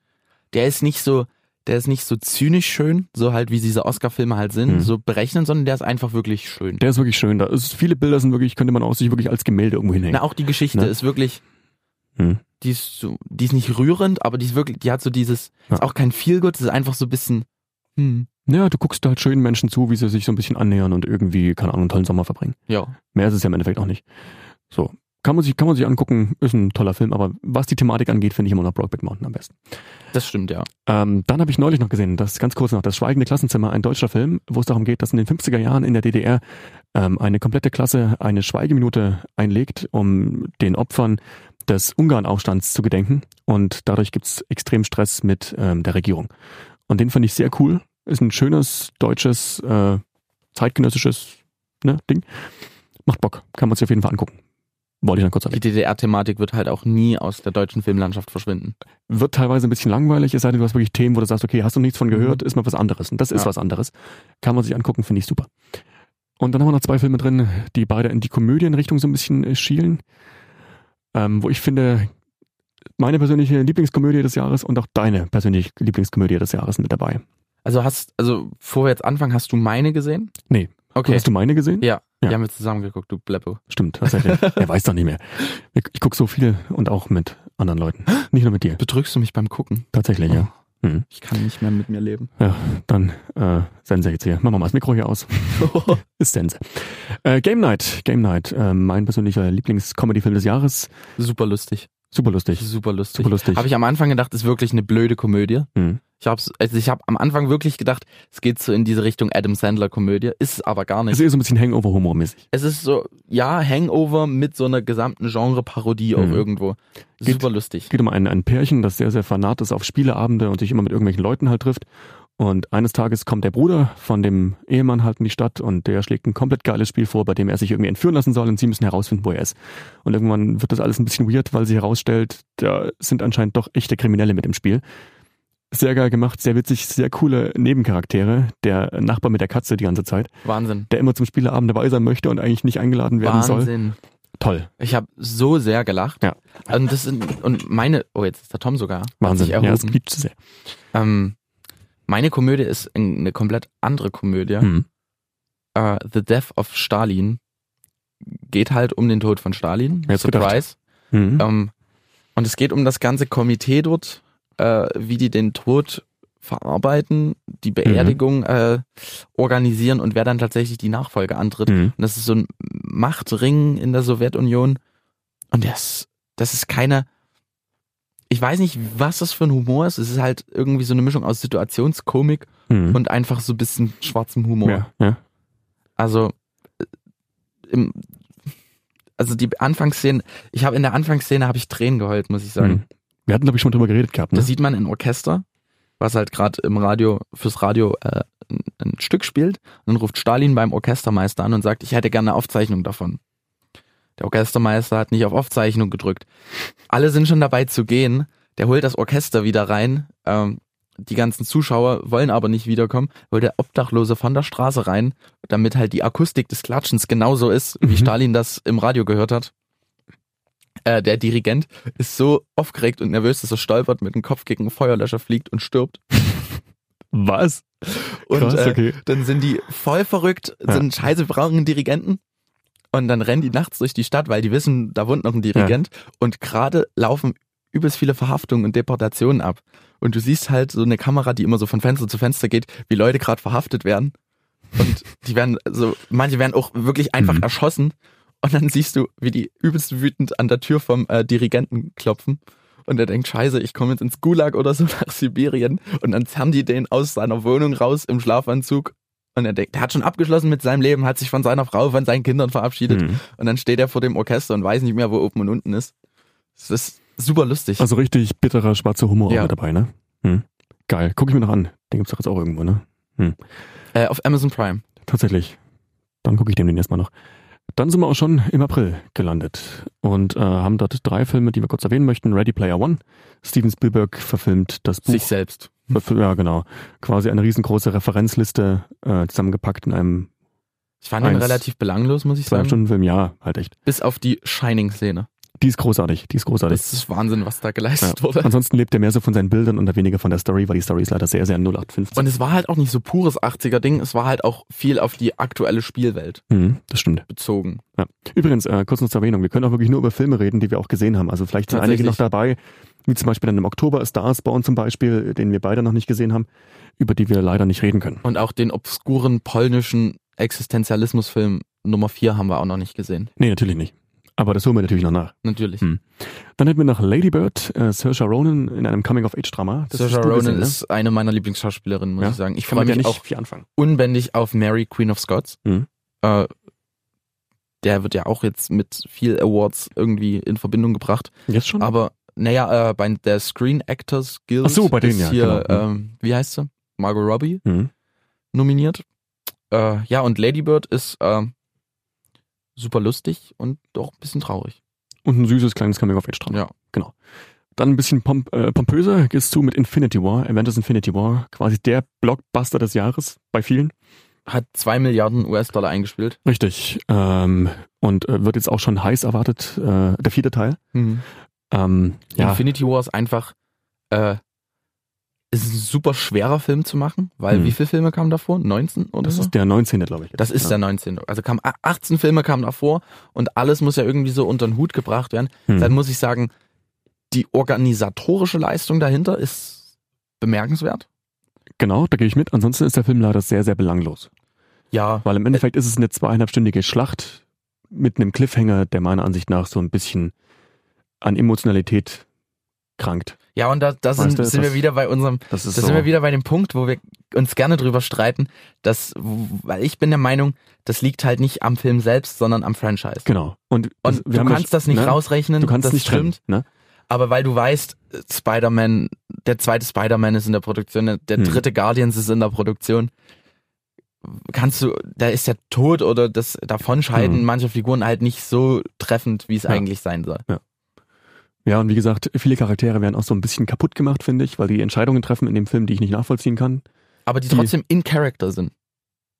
Speaker 2: der ist nicht so, der ist nicht so zynisch schön, so halt wie diese Oscar-Filme halt sind,
Speaker 1: Mhm.
Speaker 2: so berechnend, sondern der ist einfach wirklich schön.
Speaker 1: Der ist wirklich schön. Da ist, viele Bilder sind wirklich, könnte man auch sich wirklich als Gemälde irgendwo hinhängen.
Speaker 2: Na, auch die Geschichte
Speaker 1: Ne?
Speaker 2: ist wirklich,
Speaker 1: Hm.
Speaker 2: die ist so, die ist nicht rührend, aber die ist wirklich, die hat so dieses,
Speaker 1: Ja.
Speaker 2: ist auch kein Feelgood, das ist einfach so ein bisschen, hm,
Speaker 1: Ja, du guckst halt schönen Menschen zu, wie sie sich so ein bisschen annähern und irgendwie, keine Ahnung, einen tollen Sommer verbringen.
Speaker 2: ja.
Speaker 1: Mehr ist es ja im Endeffekt auch nicht. So. Kann man sich, kann man sich angucken, ist ein toller Film, aber was die Thematik angeht, finde ich immer noch Brokeback Mountain am besten.
Speaker 2: Das stimmt, ja.
Speaker 1: Ähm, dann habe ich neulich noch gesehen, das ganz kurz noch, das Schweigende Klassenzimmer, ein deutscher Film, wo es darum geht, dass in den 50er Jahren in der DDR ähm, eine komplette Klasse eine Schweigeminute einlegt, um den Opfern des Ungarnaufstands zu gedenken. Und dadurch gibt's extrem Stress mit ähm, der Regierung. Und den fand ich sehr cool. Ist ein schönes deutsches, äh, zeitgenössisches ne, Ding. Macht Bock. Kann man sich auf jeden Fall angucken. Wollte ich dann kurz erwähnen.
Speaker 2: Die DDR-Thematik wird halt auch nie aus der deutschen Filmlandschaft verschwinden.
Speaker 1: wird teilweise ein bisschen langweilig, es sei denn, du hast wirklich Themen, wo du sagst, okay, hast du nichts von gehört, ist mal was anderes. Und das ist
Speaker 2: Mhm. Ja.
Speaker 1: was anderes. Kann man sich angucken, finde ich super. Und dann haben wir noch zwei Filme drin, die beide in die Komödienrichtung so ein bisschen äh, schielen. Ähm, wo ich finde, meine persönliche Lieblingskomödie des Jahres und auch deine persönliche Lieblingskomödie des Jahres mit dabei.
Speaker 2: Also hast, also bevor wir jetzt anfangen, hast du meine gesehen?
Speaker 1: Nee.
Speaker 2: Okay.
Speaker 1: Hast du meine gesehen?
Speaker 2: ja,
Speaker 1: Ja.
Speaker 2: die haben wir zusammen geguckt, du Bleppo.
Speaker 1: Stimmt, tatsächlich. er weiß doch nicht mehr. Ich, ich gucke so viel und auch mit anderen Leuten. Nicht nur mit dir.
Speaker 2: Betrügst du mich beim Gucken?
Speaker 1: Tatsächlich, ja.
Speaker 2: Oh.
Speaker 1: Mhm.
Speaker 2: Ich kann nicht mehr mit mir leben.
Speaker 1: Dann äh, Sense jetzt hier. Machen wir mal das Mikro hier aus. Ist Sense. Äh, Game Night, Game Night, äh, mein persönlicher Lieblings-Comedy-Film des Jahres.
Speaker 2: super lustig.
Speaker 1: Super lustig,
Speaker 2: Super lustig.
Speaker 1: super lustig.
Speaker 2: Habe ich am Anfang gedacht, ist wirklich eine blöde Komödie.
Speaker 1: Mhm.
Speaker 2: Ich habe also ich habe am Anfang wirklich gedacht, es geht so in diese Richtung Adam Sandler Komödie, ist es aber gar nicht.
Speaker 1: Es ist eher so ein bisschen Hangover-Humor-mäßig.
Speaker 2: es ist so, ja, Hangover mit so einer gesamten Genre-Parodie auch
Speaker 1: Mhm.
Speaker 2: irgendwo.
Speaker 1: Geht-
Speaker 2: Super lustig.
Speaker 1: Es geht um ein, ein Pärchen, das sehr, sehr fanat ist auf Spieleabende und sich immer mit irgendwelchen Leuten halt trifft. Und eines Tages kommt der Bruder von dem Ehemann halt in die Stadt und der schlägt ein komplett geiles Spiel vor, bei dem er sich irgendwie entführen lassen soll und sie müssen herausfinden, wo er ist. Und irgendwann wird das alles ein bisschen weird, weil sie herausstellt, da sind anscheinend doch echte Kriminelle mit im Spiel. Sehr geil gemacht, sehr witzig, sehr coole Nebencharaktere. Der Nachbar mit der Katze die ganze Zeit.
Speaker 2: Wahnsinn.
Speaker 1: der immer zum Spieleabend dabei sein möchte und eigentlich nicht eingeladen werden soll.
Speaker 2: Wahnsinn.
Speaker 1: Toll.
Speaker 2: Ich habe so sehr gelacht.
Speaker 1: Ja.
Speaker 2: Und das sind, und meine, oh, jetzt ist der Tom sogar. hat
Speaker 1: Wahnsinn.
Speaker 2: sich
Speaker 1: Ja, es
Speaker 2: erhoben.
Speaker 1: gibt zu sehr.
Speaker 2: ähm, meine Komödie ist ein- eine komplett andere Komödie.
Speaker 1: Hm.
Speaker 2: Äh, The Death of Stalin geht halt um den Tod von Stalin.
Speaker 1: Wer hätt's gedacht? Hm.
Speaker 2: Ähm, und es geht um das ganze Komitee dort, äh, wie die den Tod verarbeiten, die
Speaker 1: Mhm.
Speaker 2: Beerdigung äh, organisieren und wer dann tatsächlich die Nachfolge antritt.
Speaker 1: Hm.
Speaker 2: Und das ist so ein Machtring in der Sowjetunion. Und das, das ist keine. Ich weiß nicht, was das für ein Humor ist. Es ist halt irgendwie so eine Mischung aus Situationskomik
Speaker 1: Hm.
Speaker 2: und einfach so ein bisschen schwarzem Humor.
Speaker 1: ja, ja.
Speaker 2: Also, äh, im, also die Anfangsszenen, ich habe in der Anfangsszene habe ich Tränen geheult, muss ich sagen.
Speaker 1: Hm. Wir hatten, glaube ich, schon mal drüber geredet gehabt. Ne?
Speaker 2: Da sieht man ein Orchester, was halt gerade im Radio, fürs Radio äh, ein, ein Stück spielt. Und dann ruft Stalin beim Orchestermeister an und sagt, ich hätte gerne eine Aufzeichnung davon. Der Orchestermeister hat nicht auf Aufzeichnung gedrückt. Alle sind schon dabei zu gehen. Der holt das Orchester wieder rein. Ähm, die ganzen Zuschauer wollen aber nicht wiederkommen, weil der Obdachlose von der Straße rein, damit halt die Akustik des Klatschens genauso ist, wie
Speaker 1: Mhm.
Speaker 2: Stalin das im Radio gehört hat. Äh, der Dirigent ist so aufgeregt und nervös, dass er stolpert, mit dem Kopf gegen einen Feuerlöscher fliegt und stirbt.
Speaker 1: Was?
Speaker 2: Und
Speaker 1: Krass,
Speaker 2: äh,
Speaker 1: okay.
Speaker 2: dann sind die voll verrückt,
Speaker 1: Ja.
Speaker 2: sind scheiße, wir brauchen einen Dirigenten. Und dann rennen die nachts durch die Stadt, weil die wissen, da wohnt noch ein Dirigent. Und gerade laufen übelst viele Verhaftungen und Deportationen ab. Und du siehst halt so eine Kamera, die immer so von Fenster zu Fenster geht, wie Leute gerade verhaftet werden. Und die werden so, manche werden auch wirklich einfach
Speaker 1: Mhm.
Speaker 2: erschossen. Und dann siehst du, wie die übelst wütend an der Tür vom äh, Dirigenten klopfen. Und er denkt, scheiße, ich komme jetzt ins Gulag oder so nach Sibirien. Und dann zerren die den aus seiner Wohnung raus im Schlafanzug. Und er denkt, er hat schon abgeschlossen mit seinem Leben, hat sich von seiner Frau, von seinen Kindern verabschiedet.
Speaker 1: Hm.
Speaker 2: Und dann steht er vor dem Orchester und weiß nicht mehr, wo oben und unten ist. Das ist super lustig.
Speaker 1: Also richtig bitterer schwarzer Humor
Speaker 2: Ja.
Speaker 1: auch mit dabei, ne? Hm. Geil. Guck ich mir noch an. Den gibt's doch jetzt auch irgendwo, ne?
Speaker 2: äh, auf Amazon Prime.
Speaker 1: Tatsächlich. Dann gucke ich den erstmal noch. Dann sind wir auch schon im April gelandet und äh, haben dort drei Filme, die wir kurz erwähnen möchten. Ready Player One. Steven Spielberg verfilmt das Buch.
Speaker 2: Sich selbst.
Speaker 1: Ja, genau. Quasi eine riesengroße Referenzliste äh, zusammengepackt in einem
Speaker 2: Ich fand ihn
Speaker 1: Eins.
Speaker 2: relativ belanglos, muss ich sagen.
Speaker 1: Zwei-Stunden-Film. Ja, halt echt.
Speaker 2: Bis auf die Shining-Szene.
Speaker 1: Die ist großartig. Die ist großartig.
Speaker 2: Das ist Wahnsinn, was da geleistet
Speaker 1: Ja.
Speaker 2: wurde.
Speaker 1: Ansonsten lebt er mehr so von seinen Bildern und weniger von der Story, weil die Story ist leider sehr, sehr 0815.
Speaker 2: Und es war halt auch nicht so pures 80er-Ding, es war halt auch viel auf die aktuelle Spielwelt
Speaker 1: Mhm, das stimmt.
Speaker 2: bezogen.
Speaker 1: Übrigens, äh, kurz noch zur Erwähnung, wir können auch wirklich nur über Filme reden, die wir auch gesehen haben. Also vielleicht sind einige
Speaker 2: Tatsächlich.
Speaker 1: noch dabei, wie zum Beispiel dann im Oktober Stars Born zum Beispiel, den wir beide noch nicht gesehen haben, über die wir leider nicht reden können.
Speaker 2: Und auch den obskuren polnischen Existenzialismusfilm Nummer 4 haben wir auch noch nicht gesehen.
Speaker 1: Nee, natürlich nicht. Aber das holen wir natürlich noch nach.
Speaker 2: Natürlich.
Speaker 1: Hm. Dann hätten wir noch Lady Bird, äh, Saoirse Ronan in einem Coming-of-Age-Drama. Das
Speaker 2: Saoirse
Speaker 1: hast du
Speaker 2: Ronan
Speaker 1: gesehen, ne?
Speaker 2: ist eine meiner Lieblingsschauspielerinnen, muss
Speaker 1: Ja.
Speaker 2: ich sagen. Ich
Speaker 1: Kann
Speaker 2: freue
Speaker 1: man ja
Speaker 2: mich
Speaker 1: nicht
Speaker 2: auch
Speaker 1: viel anfangen.
Speaker 2: unbändig auf Mary, Queen of Scots.
Speaker 1: Mhm.
Speaker 2: Äh, der wird ja auch jetzt mit viel Awards irgendwie in Verbindung gebracht.
Speaker 1: Jetzt schon?
Speaker 2: Aber naja, äh, bei der Screen Actors Guild
Speaker 1: Mhm. Ach so, bei denen,
Speaker 2: ist
Speaker 1: ja,
Speaker 2: hier,
Speaker 1: genau.
Speaker 2: ähm, wie heißt sie? Margot Robbie
Speaker 1: Mhm.
Speaker 2: nominiert. Äh, ja, und Lady Bird ist ähm, super lustig und doch ein bisschen traurig.
Speaker 1: Und ein süßes kleines Coming-of-Age-Drama.
Speaker 2: Ja.
Speaker 1: Genau. Dann ein bisschen pomp äh, pompöser geht's zu mit Infinity War, Avengers Infinity War, quasi der Blockbuster des Jahres bei vielen.
Speaker 2: Hat zwei Milliarden US-Dollar eingespielt.
Speaker 1: Richtig. Ähm, und äh, wird jetzt auch schon heiß erwartet, äh, der vierte Teil. Ähm, ja,
Speaker 2: Infinity War ist einfach äh, ist ein super schwerer Film zu machen, weil
Speaker 1: Mhm.
Speaker 2: wie viele Filme kamen davor? 19 oder
Speaker 1: das
Speaker 2: so?
Speaker 1: ist der 19. glaube ich. jetzt.
Speaker 2: Das ist
Speaker 1: ja.
Speaker 2: der 19. Also kam 18 Filme kamen davor und alles muss ja irgendwie so unter den Hut gebracht werden.
Speaker 1: Hm.
Speaker 2: Dann muss ich sagen, die organisatorische Leistung dahinter ist bemerkenswert.
Speaker 1: Genau, da gehe ich mit. Ansonsten ist der Film leider sehr, sehr belanglos.
Speaker 2: Ja,
Speaker 1: Weil im Endeffekt ist es eine zweieinhalbstündige Schlacht mit einem Cliffhanger, der meiner Ansicht nach so ein bisschen an Emotionalität krankt.
Speaker 2: ja und da, da sind,
Speaker 1: Weißt du,
Speaker 2: sind
Speaker 1: das-
Speaker 2: wir wieder bei unserem,
Speaker 1: Das
Speaker 2: da
Speaker 1: ist so.
Speaker 2: sind wir wieder bei dem Punkt, wo wir uns gerne drüber streiten, dass, weil ich bin der Meinung, das liegt halt nicht am Film selbst, sondern am Franchise.
Speaker 1: genau. Und,
Speaker 2: Und
Speaker 1: wir
Speaker 2: du
Speaker 1: haben ja
Speaker 2: kannst
Speaker 1: schon-
Speaker 2: das nicht
Speaker 1: ne?
Speaker 2: rausrechnen,
Speaker 1: Du kannst
Speaker 2: das
Speaker 1: nicht
Speaker 2: stimmt.
Speaker 1: trennen, ne?
Speaker 2: Aber weil du weißt, Spider-Man, der zweite Spider-Man ist in der Produktion, der
Speaker 1: Hm.
Speaker 2: dritte Guardians ist in der Produktion. Kannst du, da ist der Tod oder das Davonscheiden
Speaker 1: Hm.
Speaker 2: mancher Figuren halt nicht so treffend, wie es
Speaker 1: Ja.
Speaker 2: eigentlich sein soll.
Speaker 1: Ja, und wie gesagt, viele Charaktere werden auch so ein bisschen kaputt gemacht, finde ich, weil die Entscheidungen treffen in dem Film, die ich nicht nachvollziehen kann.
Speaker 2: Aber die
Speaker 1: Die-
Speaker 2: trotzdem in Character sind.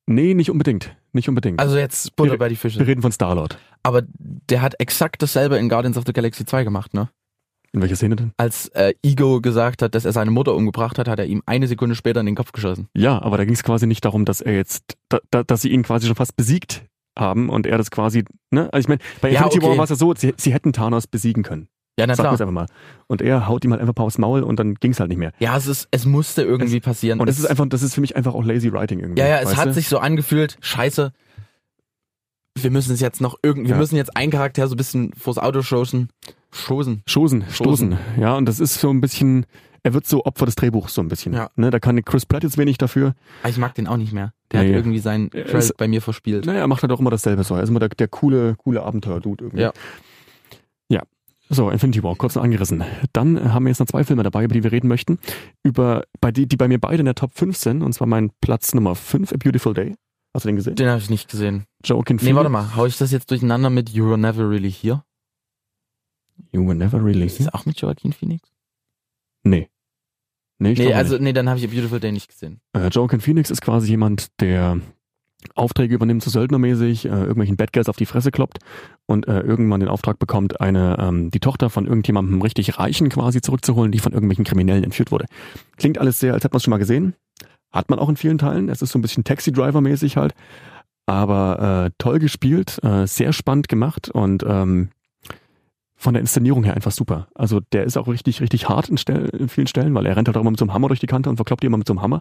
Speaker 1: Nee, nicht unbedingt. Nicht unbedingt.
Speaker 2: Also jetzt Butter
Speaker 1: Wir-
Speaker 2: bei die
Speaker 1: wir
Speaker 2: Fische.
Speaker 1: reden von Star-Lord.
Speaker 2: Aber der hat exakt dasselbe in Guardians of the Galaxy 2 gemacht, ne?
Speaker 1: In welcher Szene denn?
Speaker 2: Als äh, Ego gesagt hat, dass er seine Mutter umgebracht hat, hat er ihm eine Sekunde später in den Kopf geschossen.
Speaker 1: Ja, aber da ging es quasi nicht darum, dass er jetzt, da, da, dass sie ihn quasi schon fast besiegt haben und er das quasi, ne? Also ich meine, bei
Speaker 2: Ja,
Speaker 1: Infinity War
Speaker 2: okay.
Speaker 1: war es ja so, sie, sie hätten Thanos besiegen können.
Speaker 2: Ja, na
Speaker 1: Sagen wir es
Speaker 2: klar.
Speaker 1: einfach mal. Und er haut ihm halt einfach ein paar aufs Maul und dann ging es halt nicht mehr.
Speaker 2: Ja, es ist, es musste irgendwie passieren.
Speaker 1: Und das
Speaker 2: Es-
Speaker 1: ist einfach, das ist für mich einfach auch lazy writing irgendwie.
Speaker 2: Ja, ja, es
Speaker 1: weißt
Speaker 2: hat
Speaker 1: du?
Speaker 2: sich so angefühlt, scheiße, wir müssen es jetzt noch irgendwie, wir
Speaker 1: Ja.
Speaker 2: müssen jetzt einen Charakter so ein bisschen vors Auto schosen. Schosen.
Speaker 1: Schosen, stoßen.
Speaker 2: Stoßen.
Speaker 1: Ja, und das ist so ein bisschen, er wird so Opfer des Drehbuchs so ein bisschen.
Speaker 2: Ja.
Speaker 1: Ne, da kann Chris Pratt jetzt wenig dafür.
Speaker 2: Ah, Ich mag den auch nicht mehr. Der
Speaker 1: Nee. Ne.
Speaker 2: hat irgendwie seinen
Speaker 1: Er
Speaker 2: Credit
Speaker 1: ist-
Speaker 2: bei mir verspielt.
Speaker 1: Naja, er macht halt auch immer dasselbe so. Er ist immer der, der coole, coole Abenteuer-Dude irgendwie.
Speaker 2: Ja.
Speaker 1: Ja. So, Infinity War, kurz noch angerissen. Dann haben wir jetzt noch zwei Filme dabei, über die wir reden möchten. Über, bei die, die bei mir beide in der Top 5 sind, und zwar mein Platz Nummer 5, A Beautiful Day. Hast du den gesehen?
Speaker 2: Den habe ich nicht gesehen.
Speaker 1: Joaquin
Speaker 2: Nee, warte mal, hau ich das jetzt durcheinander mit You Were Never Really Here?
Speaker 1: You were never really.
Speaker 2: Ist das auch mit Joaquin Phoenix?
Speaker 1: Nee. Nee, ich
Speaker 2: nee,
Speaker 1: glaube
Speaker 2: also nee, dann habe ich A Beautiful Day nicht gesehen.
Speaker 1: Äh, Joaquin Phoenix ist quasi jemand, der Aufträge übernimmt, so söldnermäßig, äh, irgendwelchen Bad Guys auf die Fresse kloppt und äh, irgendwann den Auftrag bekommt, eine, ähm, die Tochter von irgendjemandem richtig Reichen quasi zurückzuholen, die von irgendwelchen Kriminellen entführt wurde. Klingt alles sehr, als hätte man es schon mal gesehen. Hat man auch in vielen Teilen. Es ist so ein bisschen Taxi-Driver-mäßig halt. Aber äh, toll gespielt, äh, sehr spannend gemacht und ähm, von der Inszenierung her einfach super. Also der ist auch richtig, richtig hart in, Stell in vielen Stellen, weil er rennt halt auch immer mit so einem Hammer durch die Kante und verkloppt die immer mit so einem Hammer.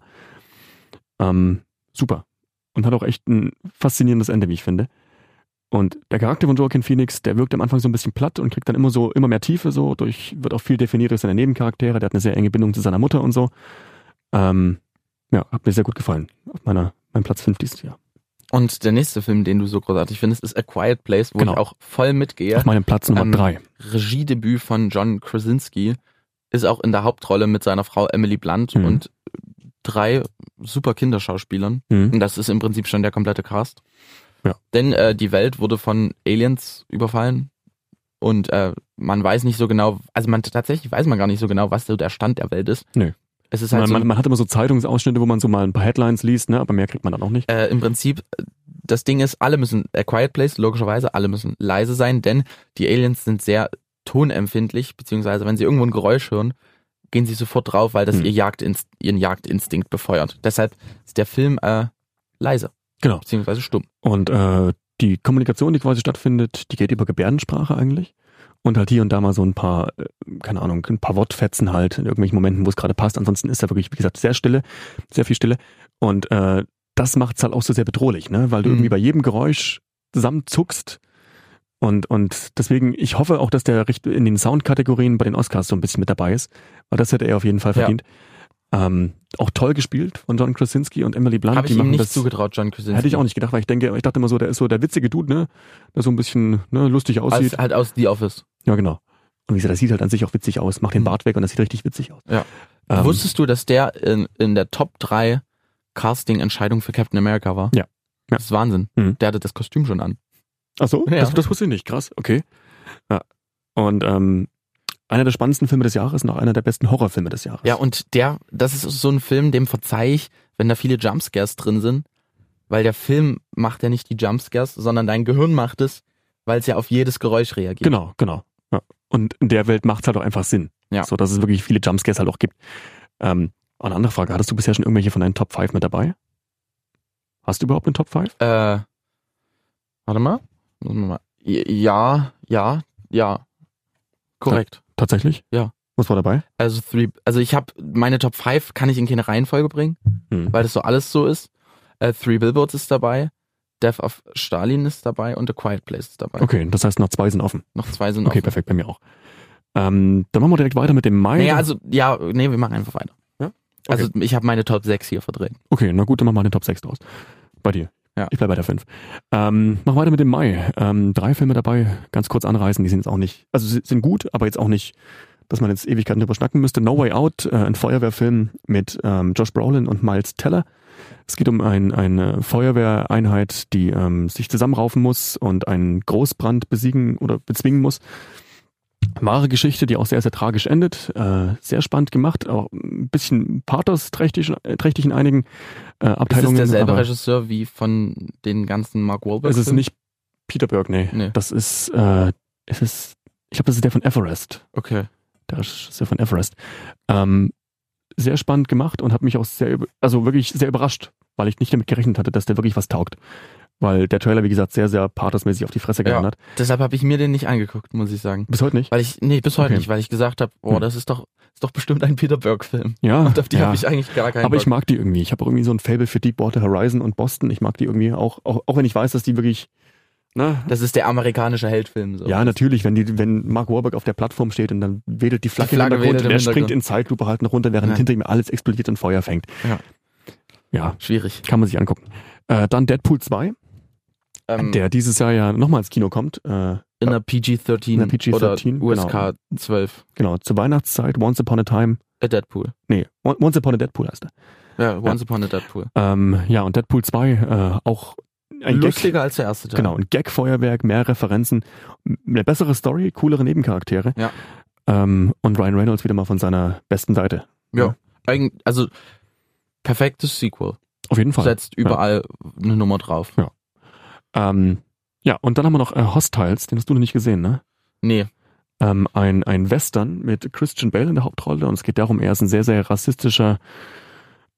Speaker 1: Ähm, super. Und hat auch echt ein faszinierendes Ende, wie ich finde. Und der Charakter von Joaquin Phoenix, der wirkt am Anfang so ein bisschen platt und kriegt dann immer so, immer mehr Tiefe so, durch, wird auch viel definiert durch seine Nebencharaktere, der hat eine sehr enge Bindung zu seiner Mutter und so. Ähm, ja, hat mir sehr gut gefallen. Auf meiner, meinem Platz 5 dieses Jahr.
Speaker 2: Und der nächste Film, den du so großartig findest, ist A Quiet Place, wo
Speaker 1: Genau.
Speaker 2: ich auch voll mitgehe.
Speaker 1: Auf meinem Platz Nummer
Speaker 2: Ähm,
Speaker 1: 3.
Speaker 2: Regiedebüt von John Krasinski ist auch in der Hauptrolle mit seiner Frau Emily Blunt
Speaker 1: Mhm.
Speaker 2: und drei super Kinderschauspielern.
Speaker 1: Mhm.
Speaker 2: Und das ist im Prinzip schon der komplette Cast.
Speaker 1: Ja.
Speaker 2: Denn äh, die Welt wurde von Aliens überfallen und äh, man weiß nicht so genau, also man tatsächlich weiß man gar nicht so genau, was so der Stand der Welt ist.
Speaker 1: Nö.
Speaker 2: Es ist halt
Speaker 1: Man,
Speaker 2: so,
Speaker 1: man, man hat immer so Zeitungsausschnitte, wo man so mal ein paar Headlines liest, ne? aber mehr kriegt man dann auch nicht.
Speaker 2: äh, im Prinzip, äh, das Ding ist, alle müssen, äh, Quiet Place, logischerweise, alle müssen leise sein, denn die Aliens sind sehr tonempfindlich, beziehungsweise wenn sie irgendwo ein Geräusch hören, gehen sie sofort drauf, weil das
Speaker 1: Hm.
Speaker 2: ihr Jagdinst ihren Jagdinstinkt befeuert. Deshalb ist der Film äh, leise.
Speaker 1: Genau.
Speaker 2: Beziehungsweise stumm.
Speaker 1: Und äh, die Kommunikation, die quasi stattfindet, die geht über Gebärdensprache eigentlich. Und halt hier und da mal so ein paar, äh, keine Ahnung, ein paar Wortfetzen halt in irgendwelchen Momenten, wo es gerade passt. Ansonsten ist da wirklich, wie gesagt, sehr stille, sehr viel Stille. Und äh, das macht's halt auch so sehr bedrohlich, ne? Weil du
Speaker 2: Mhm.
Speaker 1: irgendwie bei jedem Geräusch zusammenzuckst. Und, und deswegen, ich hoffe auch, dass der richt- in den Soundkategorien bei den Oscars so ein bisschen mit dabei ist, weil das hätte er auf jeden Fall
Speaker 2: Ja.
Speaker 1: verdient. Ähm, auch toll gespielt von John Krasinski und Emily Blunt.
Speaker 2: Habe ich
Speaker 1: die
Speaker 2: ihm
Speaker 1: machen
Speaker 2: nicht
Speaker 1: das,
Speaker 2: zugetraut, John Krasinski.
Speaker 1: Hätte ich auch nicht gedacht, weil ich denke, ich dachte immer so, der ist so der witzige Dude, ne? Der so ein bisschen ne, lustig aussieht.
Speaker 2: Als, halt aus The Office.
Speaker 1: ja, genau. Und wie gesagt, das sieht halt an sich auch witzig aus. Macht den
Speaker 2: Mhm.
Speaker 1: Bart weg und das sieht richtig witzig aus.
Speaker 2: Ja.
Speaker 1: Ähm,
Speaker 2: Wusstest du, dass der in, in der Top 3 Casting-Entscheidung für Captain America war?
Speaker 1: Ja. Ja.
Speaker 2: Das ist Wahnsinn.
Speaker 1: Mhm.
Speaker 2: Der hatte das Kostüm schon an.
Speaker 1: Ach so,
Speaker 2: Ja.
Speaker 1: das, das wusste ich nicht. Krass, okay. Ja. Und ähm, einer der spannendsten Filme des Jahres und auch einer der besten Horrorfilme des Jahres.
Speaker 2: Ja, und der, das ist so ein Film, dem verzeih ich, wenn da viele Jumpscares drin sind, weil der Film macht ja nicht die Jumpscares, sondern dein Gehirn macht es, weil es ja auf jedes Geräusch reagiert.
Speaker 1: Genau, genau. Ja. Und in der Welt macht's halt auch einfach Sinn.
Speaker 2: Ja.
Speaker 1: So, dass es wirklich viele Jumpscares halt auch gibt. Ähm, eine andere Frage, hattest du bisher schon irgendwelche von deinen Top 5 mit dabei? Hast du überhaupt einen Top 5?
Speaker 2: Äh, warte mal. Muss man mal. Ja, ja, ja. Korrekt.
Speaker 1: Tatsächlich?
Speaker 2: Ja.
Speaker 1: Was war dabei?
Speaker 2: Also Three, also ich habe meine Top 5 kann ich in keine Reihenfolge bringen,
Speaker 1: Hm.
Speaker 2: weil das so alles so ist. Äh, Three Billboards ist dabei, Death of Stalin ist dabei und A Quiet Place ist dabei.
Speaker 1: Okay, das heißt, noch zwei sind offen.
Speaker 2: Noch zwei sind
Speaker 1: Okay,
Speaker 2: offen.
Speaker 1: perfekt, bei mir auch. Ähm, dann machen wir direkt weiter mit dem Mai.
Speaker 2: Naja, also ja, nee, wir machen einfach weiter.
Speaker 1: Ah, Ja? Okay.
Speaker 2: Also ich habe meine Top 6 hier verdreht.
Speaker 1: okay, na gut, dann machen wir den Top 6 draus. Bei dir.
Speaker 2: Ja.
Speaker 1: Ich bleibe bei der 5. Ähm, machen wir weiter mit dem Mai. Ähm, drei Filme dabei, ganz kurz anreißen, die sind jetzt auch nicht, also sie sind gut, aber jetzt auch nicht, dass man jetzt Ewigkeiten drüber schnacken müsste. No Way Out, äh, ein Feuerwehrfilm mit ähm, Josh Brolin und Miles Teller. Es geht um ein, eine Feuerwehreinheit, die ähm, sich zusammenraufen muss und einen Großbrand besiegen oder bezwingen muss. Wahre Geschichte, die auch sehr, sehr tragisch endet. Äh, sehr spannend gemacht, auch ein bisschen pathos-trächtig äh, trächtig in einigen äh,
Speaker 2: Ist es
Speaker 1: Abteilungen.
Speaker 2: derselbe
Speaker 1: aber
Speaker 2: Regisseur wie von den ganzen Mark Wahlberg?
Speaker 1: es ist nicht Peter Berg, nee.
Speaker 2: Nee.
Speaker 1: Das ist, äh, es ist, ich glaube, das ist der von Everest.
Speaker 2: Okay.
Speaker 1: Der Regisseur von Everest. Ähm, sehr spannend gemacht und hat mich auch sehr, über- also wirklich sehr überrascht, weil ich nicht damit gerechnet hatte, dass der wirklich was taugt. Weil der Trailer, wie gesagt, sehr, sehr pathosmäßig auf die Fresse gehauen
Speaker 2: Ja.
Speaker 1: hat.
Speaker 2: Deshalb habe ich mir den nicht angeguckt, muss ich sagen.
Speaker 1: Bis heute nicht.
Speaker 2: Weil ich nee, bis heute
Speaker 1: Okay.
Speaker 2: nicht, weil ich gesagt habe, boah,
Speaker 1: Hm.
Speaker 2: das ist doch ist doch bestimmt ein Peter Berg Film.
Speaker 1: Ja.
Speaker 2: Und auf die
Speaker 1: ja.
Speaker 2: habe ich eigentlich gar keinen
Speaker 1: aber ich
Speaker 2: Bock.
Speaker 1: mag die irgendwie. Ich habe irgendwie so ein Fable für Deepwater Horizon und Boston. Ich mag die irgendwie auch, auch, auch wenn ich weiß, dass die wirklich, ne,
Speaker 2: Das ist der amerikanische Heldfilm so.
Speaker 1: Ja, natürlich, wenn, die, wenn Mark Warburg auf der Plattform steht und dann wedelt die Flagge,
Speaker 2: Flagge
Speaker 1: im Hintergrund und
Speaker 2: wedelt im
Speaker 1: er
Speaker 2: Hintergrund.
Speaker 1: springt in Zeitlupe halt noch runter, während
Speaker 2: Ja.
Speaker 1: hinter ihm alles explodiert und Feuer fängt.
Speaker 2: Ja.
Speaker 1: ja
Speaker 2: Schwierig.
Speaker 1: kann man sich angucken. Äh, dann Deadpool 2.
Speaker 2: Ähm,
Speaker 1: der dieses Jahr ja nochmal ins Kino kommt. Äh,
Speaker 2: in der PG-13
Speaker 1: In der PG-13,
Speaker 2: oder
Speaker 1: genau.
Speaker 2: USK 12.
Speaker 1: genau, zur Weihnachtszeit, Once Upon a Time.
Speaker 2: A Deadpool.
Speaker 1: Nee, On- Once Upon a Deadpool heißt er.
Speaker 2: Ja, Once Upon a Deadpool.
Speaker 1: Ähm, ja, und Deadpool 2, äh, auch ein Gag,
Speaker 2: Lustiger als der erste Teil.
Speaker 1: genau, ein Gag-Feuerwerk, mehr Referenzen, m- eine bessere Story, coolere Nebencharaktere.
Speaker 2: Ja.
Speaker 1: Ähm, und Ryan Reynolds wieder mal von seiner besten Seite.
Speaker 2: Ja. Eigen, also perfektes Sequel.
Speaker 1: Auf jeden Fall.
Speaker 2: Setzt überall eine Nummer drauf.
Speaker 1: Ähm, ja, und dann haben wir noch äh, Hostiles, den hast du noch nicht gesehen, ne?
Speaker 2: Nee,
Speaker 1: ähm, ein, ein Western mit Christian Bale in der Hauptrolle und es geht darum, er ist ein sehr, sehr rassistischer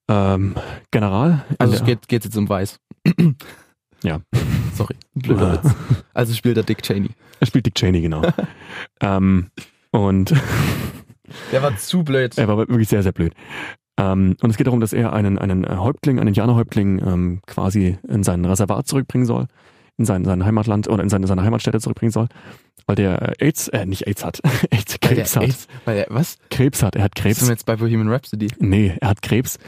Speaker 1: ähm, General. in
Speaker 2: also
Speaker 1: der,
Speaker 2: es geht, geht jetzt um Weiß.
Speaker 1: Ja.
Speaker 2: Sorry, blöder
Speaker 1: Ah.
Speaker 2: Witz. Also spielt er Dick Cheney.
Speaker 1: Er spielt Dick Cheney, genau. ähm, und
Speaker 2: Der war zu blöd.
Speaker 1: er war wirklich sehr, sehr blöd. Ähm, und es geht darum, dass er einen, einen Häuptling, einen Indianerhäuptling ähm, quasi in sein Reservat zurückbringen soll, in sein, sein Heimatland oder in seine, seine Heimatstätte zurückbringen soll, weil der äh, AIDS, äh, nicht AIDS hat, AIDS,
Speaker 2: Weil der
Speaker 1: Krebs hat.
Speaker 2: AIDS- Weil der, was?
Speaker 1: Krebs hat, er hat Krebs.
Speaker 2: Sind wir jetzt bei Bohemian Rhapsody?
Speaker 1: Nee, er hat Krebs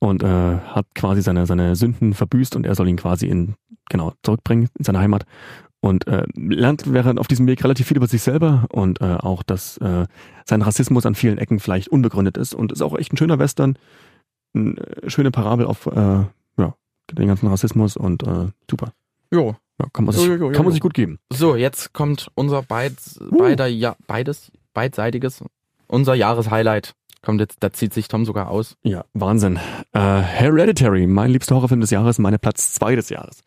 Speaker 1: und äh, hat quasi seine, seine Sünden verbüßt und er soll ihn quasi in, genau, zurückbringen in seine Heimat. Und äh, lernt während auf diesem Weg relativ viel über sich selber und äh, auch, dass äh, sein Rassismus an vielen Ecken vielleicht unbegründet ist. Und ist auch echt ein schöner Western, eine schöne Parabel auf äh, ja, den ganzen Rassismus und äh, super.
Speaker 2: Jo.
Speaker 1: Ja, kann man sich,
Speaker 2: Jo, jo, jo,
Speaker 1: kann
Speaker 2: jo.
Speaker 1: man sich gut geben.
Speaker 2: So, jetzt kommt unser beids, beider, ja, beides, beidseitiges, unser Jahreshighlight. Kommt jetzt, da zieht sich Tom sogar aus.
Speaker 1: Ja, Wahnsinn. Äh, Hereditary, mein liebster Horrorfilm des Jahres, meine Platz zwei des Jahres.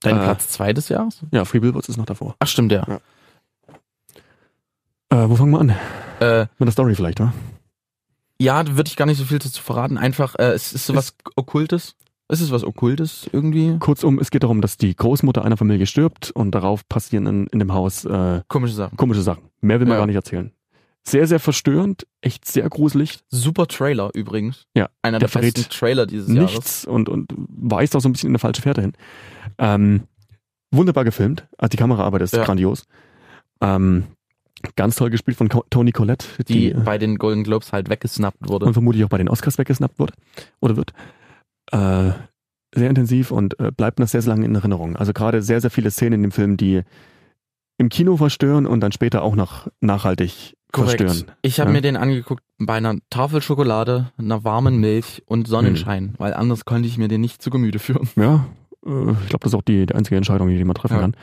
Speaker 2: Dein
Speaker 1: Äh.
Speaker 2: Platz zwei des Jahres?
Speaker 1: Ja, Free Billboards ist noch davor.
Speaker 2: Ach, stimmt, ja.
Speaker 1: Äh, wo fangen wir an?
Speaker 2: Äh,
Speaker 1: Mit der Story vielleicht, wa?
Speaker 2: ja, da würde ich gar nicht so viel dazu verraten. Einfach, äh, es ist sowas Okkultes. Es ist was Okkultes irgendwie.
Speaker 1: Kurzum, es geht darum, dass die Großmutter einer Familie stirbt und darauf passieren in, in dem Haus äh,
Speaker 2: Komische Sachen.
Speaker 1: komische Sachen. Mehr will man
Speaker 2: Ja.
Speaker 1: gar nicht erzählen. Sehr, sehr verstörend, echt sehr gruselig.
Speaker 2: Super Trailer übrigens.
Speaker 1: Ja,
Speaker 2: Einer
Speaker 1: der
Speaker 2: der,
Speaker 1: verrät
Speaker 2: besten Trailer dieses Jahres.
Speaker 1: Nichts und, und weist auch so ein bisschen in eine falsche Fährte hin. Ähm, wunderbar gefilmt. Also die Kameraarbeit ist
Speaker 2: Ja.
Speaker 1: grandios. Ähm, ganz toll gespielt von Co- Toni Collette,
Speaker 2: Die
Speaker 1: die, äh,
Speaker 2: bei den Golden Globes halt weggesnappt wurde.
Speaker 1: und vermutlich auch bei den Oscars weggesnappt wird oder wird. Äh, sehr intensiv und äh, bleibt noch sehr, sehr lange in Erinnerung. Also gerade sehr, sehr viele Szenen in dem Film, die im Kino verstören und dann später auch noch nachhaltig verstören.
Speaker 2: Ich habe
Speaker 1: Ja.
Speaker 2: mir den angeguckt bei einer Tafel Schokolade, einer warmen Milch und Sonnenschein,
Speaker 1: Hm.
Speaker 2: weil anders konnte ich mir den nicht zu Gemüte führen.
Speaker 1: Ja, äh, ich glaube, das ist auch die, die einzige Entscheidung, die man treffen
Speaker 2: Ja.
Speaker 1: kann.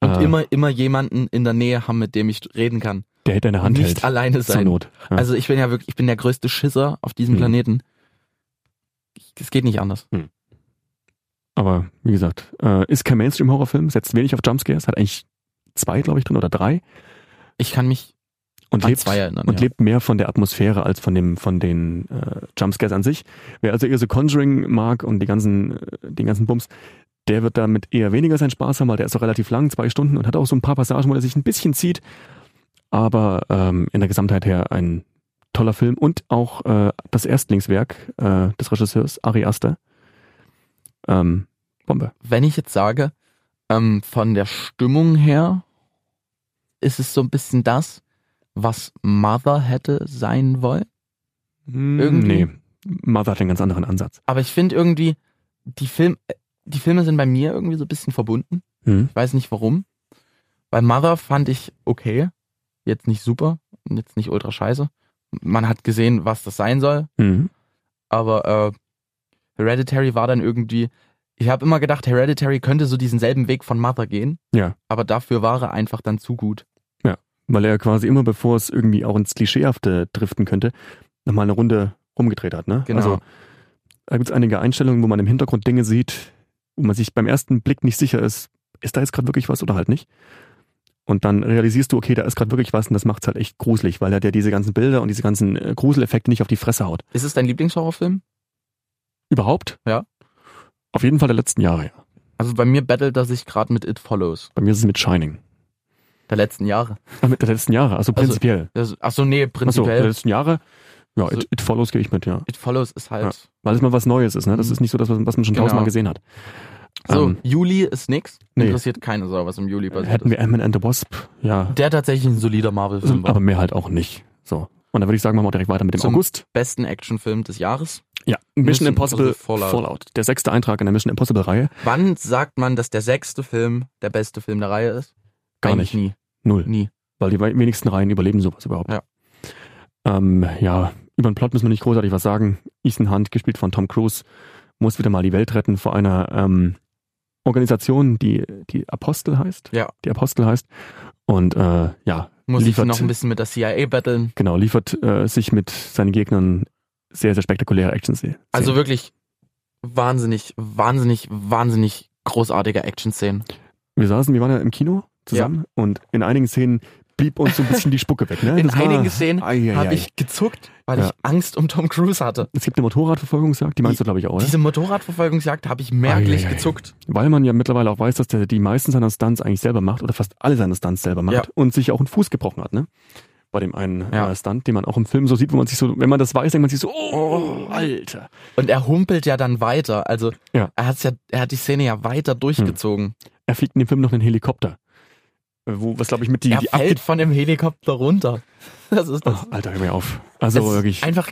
Speaker 2: Und
Speaker 1: äh,
Speaker 2: immer, immer jemanden in der Nähe haben, mit dem ich reden kann.
Speaker 1: der hält deine Hand
Speaker 2: nicht
Speaker 1: hält.
Speaker 2: alleine
Speaker 1: Zur
Speaker 2: sein.
Speaker 1: Not. Ja.
Speaker 2: Also ich bin ja wirklich, ich bin der größte Schisser auf diesem
Speaker 1: Hm.
Speaker 2: Planeten. Ich- Es geht nicht anders.
Speaker 1: Aber wie gesagt, äh, ist kein Mainstream-Horrorfilm, setzt wenig auf Jumpscares, hat eigentlich zwei, glaube ich, drin oder drei
Speaker 2: Ich kann mich
Speaker 1: und
Speaker 2: an
Speaker 1: lebt
Speaker 2: zwei erinnern.
Speaker 1: und
Speaker 2: ja.
Speaker 1: lebt mehr von der Atmosphäre als von dem von den äh, Jumpscares an sich. Wer also eher so Conjuring mag und die ganzen äh, den ganzen Bums, der wird damit eher weniger seinen Spaß haben, weil der ist so relativ lang, zwei Stunden und hat auch so ein paar Passagen, wo er sich ein bisschen zieht. Aber ähm, in der Gesamtheit her ein toller Film und auch äh, das Erstlingswerk äh, des Regisseurs Ari Aster. Ähm, Bombe.
Speaker 2: Wenn ich jetzt sage, ähm, von der Stimmung her ist es so ein bisschen das, was Mother hätte sein wollen. Irgendwie-
Speaker 1: Nee, Mother hat einen ganz anderen Ansatz.
Speaker 2: aber ich finde irgendwie, die, Film, die Filme sind bei mir irgendwie so ein bisschen verbunden.
Speaker 1: Hm.
Speaker 2: Ich weiß nicht warum. Bei Mother fand ich okay. Jetzt nicht super, jetzt nicht ultra scheiße. Man hat gesehen, was das sein soll,
Speaker 1: Mhm.
Speaker 2: aber äh, Hereditary war dann irgendwie. Ich habe immer gedacht, Hereditary könnte so diesen selben Weg von Mother gehen.
Speaker 1: Ja.
Speaker 2: Aber dafür war er einfach dann zu gut.
Speaker 1: weil er quasi immer, bevor es irgendwie auch ins Klischeehafte driften könnte, nochmal eine Runde rumgedreht hat. Ne?
Speaker 2: Genau.
Speaker 1: Also, da gibt es einige Einstellungen, wo man im Hintergrund Dinge sieht, wo man sich beim ersten Blick nicht sicher ist, ist da jetzt gerade wirklich was oder halt nicht. Und dann realisierst du, okay, da ist gerade wirklich was und das macht's halt echt gruselig, weil er dir diese ganzen Bilder und diese ganzen äh, Gruseleffekte nicht auf die Fresse haut.
Speaker 2: Ist es dein Lieblingshorrorfilm?
Speaker 1: Überhaupt?
Speaker 2: Ja.
Speaker 1: Auf jeden Fall der letzten Jahre. ja.
Speaker 2: Also bei mir battelt er sich gerade mit It Follows,
Speaker 1: Bei mir ist es mit Shining.
Speaker 2: der letzten Jahre.
Speaker 1: Ach, mit der letzten Jahre, also
Speaker 2: Also,
Speaker 1: prinzipiell.
Speaker 2: Das- Ach so, nee,
Speaker 1: Also, Achso,
Speaker 2: prinzipiell.
Speaker 1: der letzten Jahre. Ja,
Speaker 2: Also-
Speaker 1: it, it follows gehe ich mit, ja.
Speaker 2: It Follows ist halt.
Speaker 1: Ja. Weil es mal was Neues ist, ne? Das ist nicht so das, was was man schon
Speaker 2: Mhm. Genau.
Speaker 1: tausendmal gesehen hat.
Speaker 2: So,
Speaker 1: Ähm,
Speaker 2: Juli ist nix.
Speaker 1: nee. Äh,
Speaker 2: Interessiert keine Sau, was im Juli passiert
Speaker 1: hätten
Speaker 2: ist.
Speaker 1: wir Ant-Man and the Wasp, ja.
Speaker 2: Der tatsächlich ein solider Marvel-Film war.
Speaker 1: aber mehr halt auch nicht. So. Und dann würde ich sagen, machen wir direkt weiter mit dem
Speaker 2: Zum-
Speaker 1: August.
Speaker 2: Besten Actionfilm des Jahres.
Speaker 1: Ja, Mission
Speaker 2: Mission
Speaker 1: Impossible,
Speaker 2: Impossible
Speaker 1: Fallout.
Speaker 2: Fallout.
Speaker 1: Der sechste Eintrag in der Mission Impossible-Reihe.
Speaker 2: Wann sagt man, dass der sechste Film der beste Film der Reihe ist?
Speaker 1: Gar
Speaker 2: Eigentlich
Speaker 1: Null.
Speaker 2: nie. Nie.
Speaker 1: Weil die wei- wenigsten Reihen überleben sowas überhaupt.
Speaker 2: Ja.
Speaker 1: Ähm, ja, über den Plot müssen wir nicht großartig was sagen. Ethan Hunt, gespielt von Tom Cruise, muss wieder mal die Welt retten vor einer ähm, Organisation, die die Apostel heißt.
Speaker 2: Ja.
Speaker 1: Die Apostel heißt. Und äh, ja,
Speaker 2: Muss
Speaker 1: Liefert-
Speaker 2: ich noch ein bisschen mit der CIA battlen.
Speaker 1: genau, liefert äh, sich mit seinen Gegnern sehr, sehr spektakuläre Action-Szenen.
Speaker 2: Also wirklich wahnsinnig, wahnsinnig, wahnsinnig großartige Action-Szenen.
Speaker 1: wir saßen, wir waren ja im Kino zusammen und in einigen Szenen blieb uns so ein bisschen die Spucke weg. Ne?
Speaker 2: In
Speaker 1: Das war-
Speaker 2: einigen Szenen
Speaker 1: Eieiei.
Speaker 2: habe ich gezuckt, weil
Speaker 1: Ja.
Speaker 2: ich Angst um Tom Cruise hatte.
Speaker 1: Es gibt eine Motorradverfolgungsjagd, die meinst du, glaube ich, auch, oder?
Speaker 2: Diese Motorradverfolgungsjagd habe ich merklich
Speaker 1: Eieiei.
Speaker 2: gezuckt.
Speaker 1: Weil man ja mittlerweile auch weiß, dass der die meisten seiner Stunts eigentlich selber macht oder fast alle seine Stunts selber macht
Speaker 2: Ja.
Speaker 1: und sich auch einen Fuß gebrochen hat, ne? Bei dem einen
Speaker 2: Ja.
Speaker 1: äh, Stunt, den man auch im Film so sieht, wo man sich so, wenn man das weiß, denkt man sich so,
Speaker 2: Mhm.
Speaker 1: oh, Alter.
Speaker 2: Und er humpelt ja dann weiter. Also
Speaker 1: Ja. Hm.
Speaker 2: er hat's ja, er hat die Szene ja weiter durchgezogen.
Speaker 1: Er fliegt in dem Film noch einen Helikopter. Äh, Wo, was glaube ich, mit die,
Speaker 2: er
Speaker 1: die
Speaker 2: fällt von dem Helikopter runter. Das ist das.
Speaker 1: Ach, Oh, Alter, hör mir auf.
Speaker 2: das
Speaker 1: Also
Speaker 2: ist
Speaker 1: wirklich.
Speaker 2: Einfach,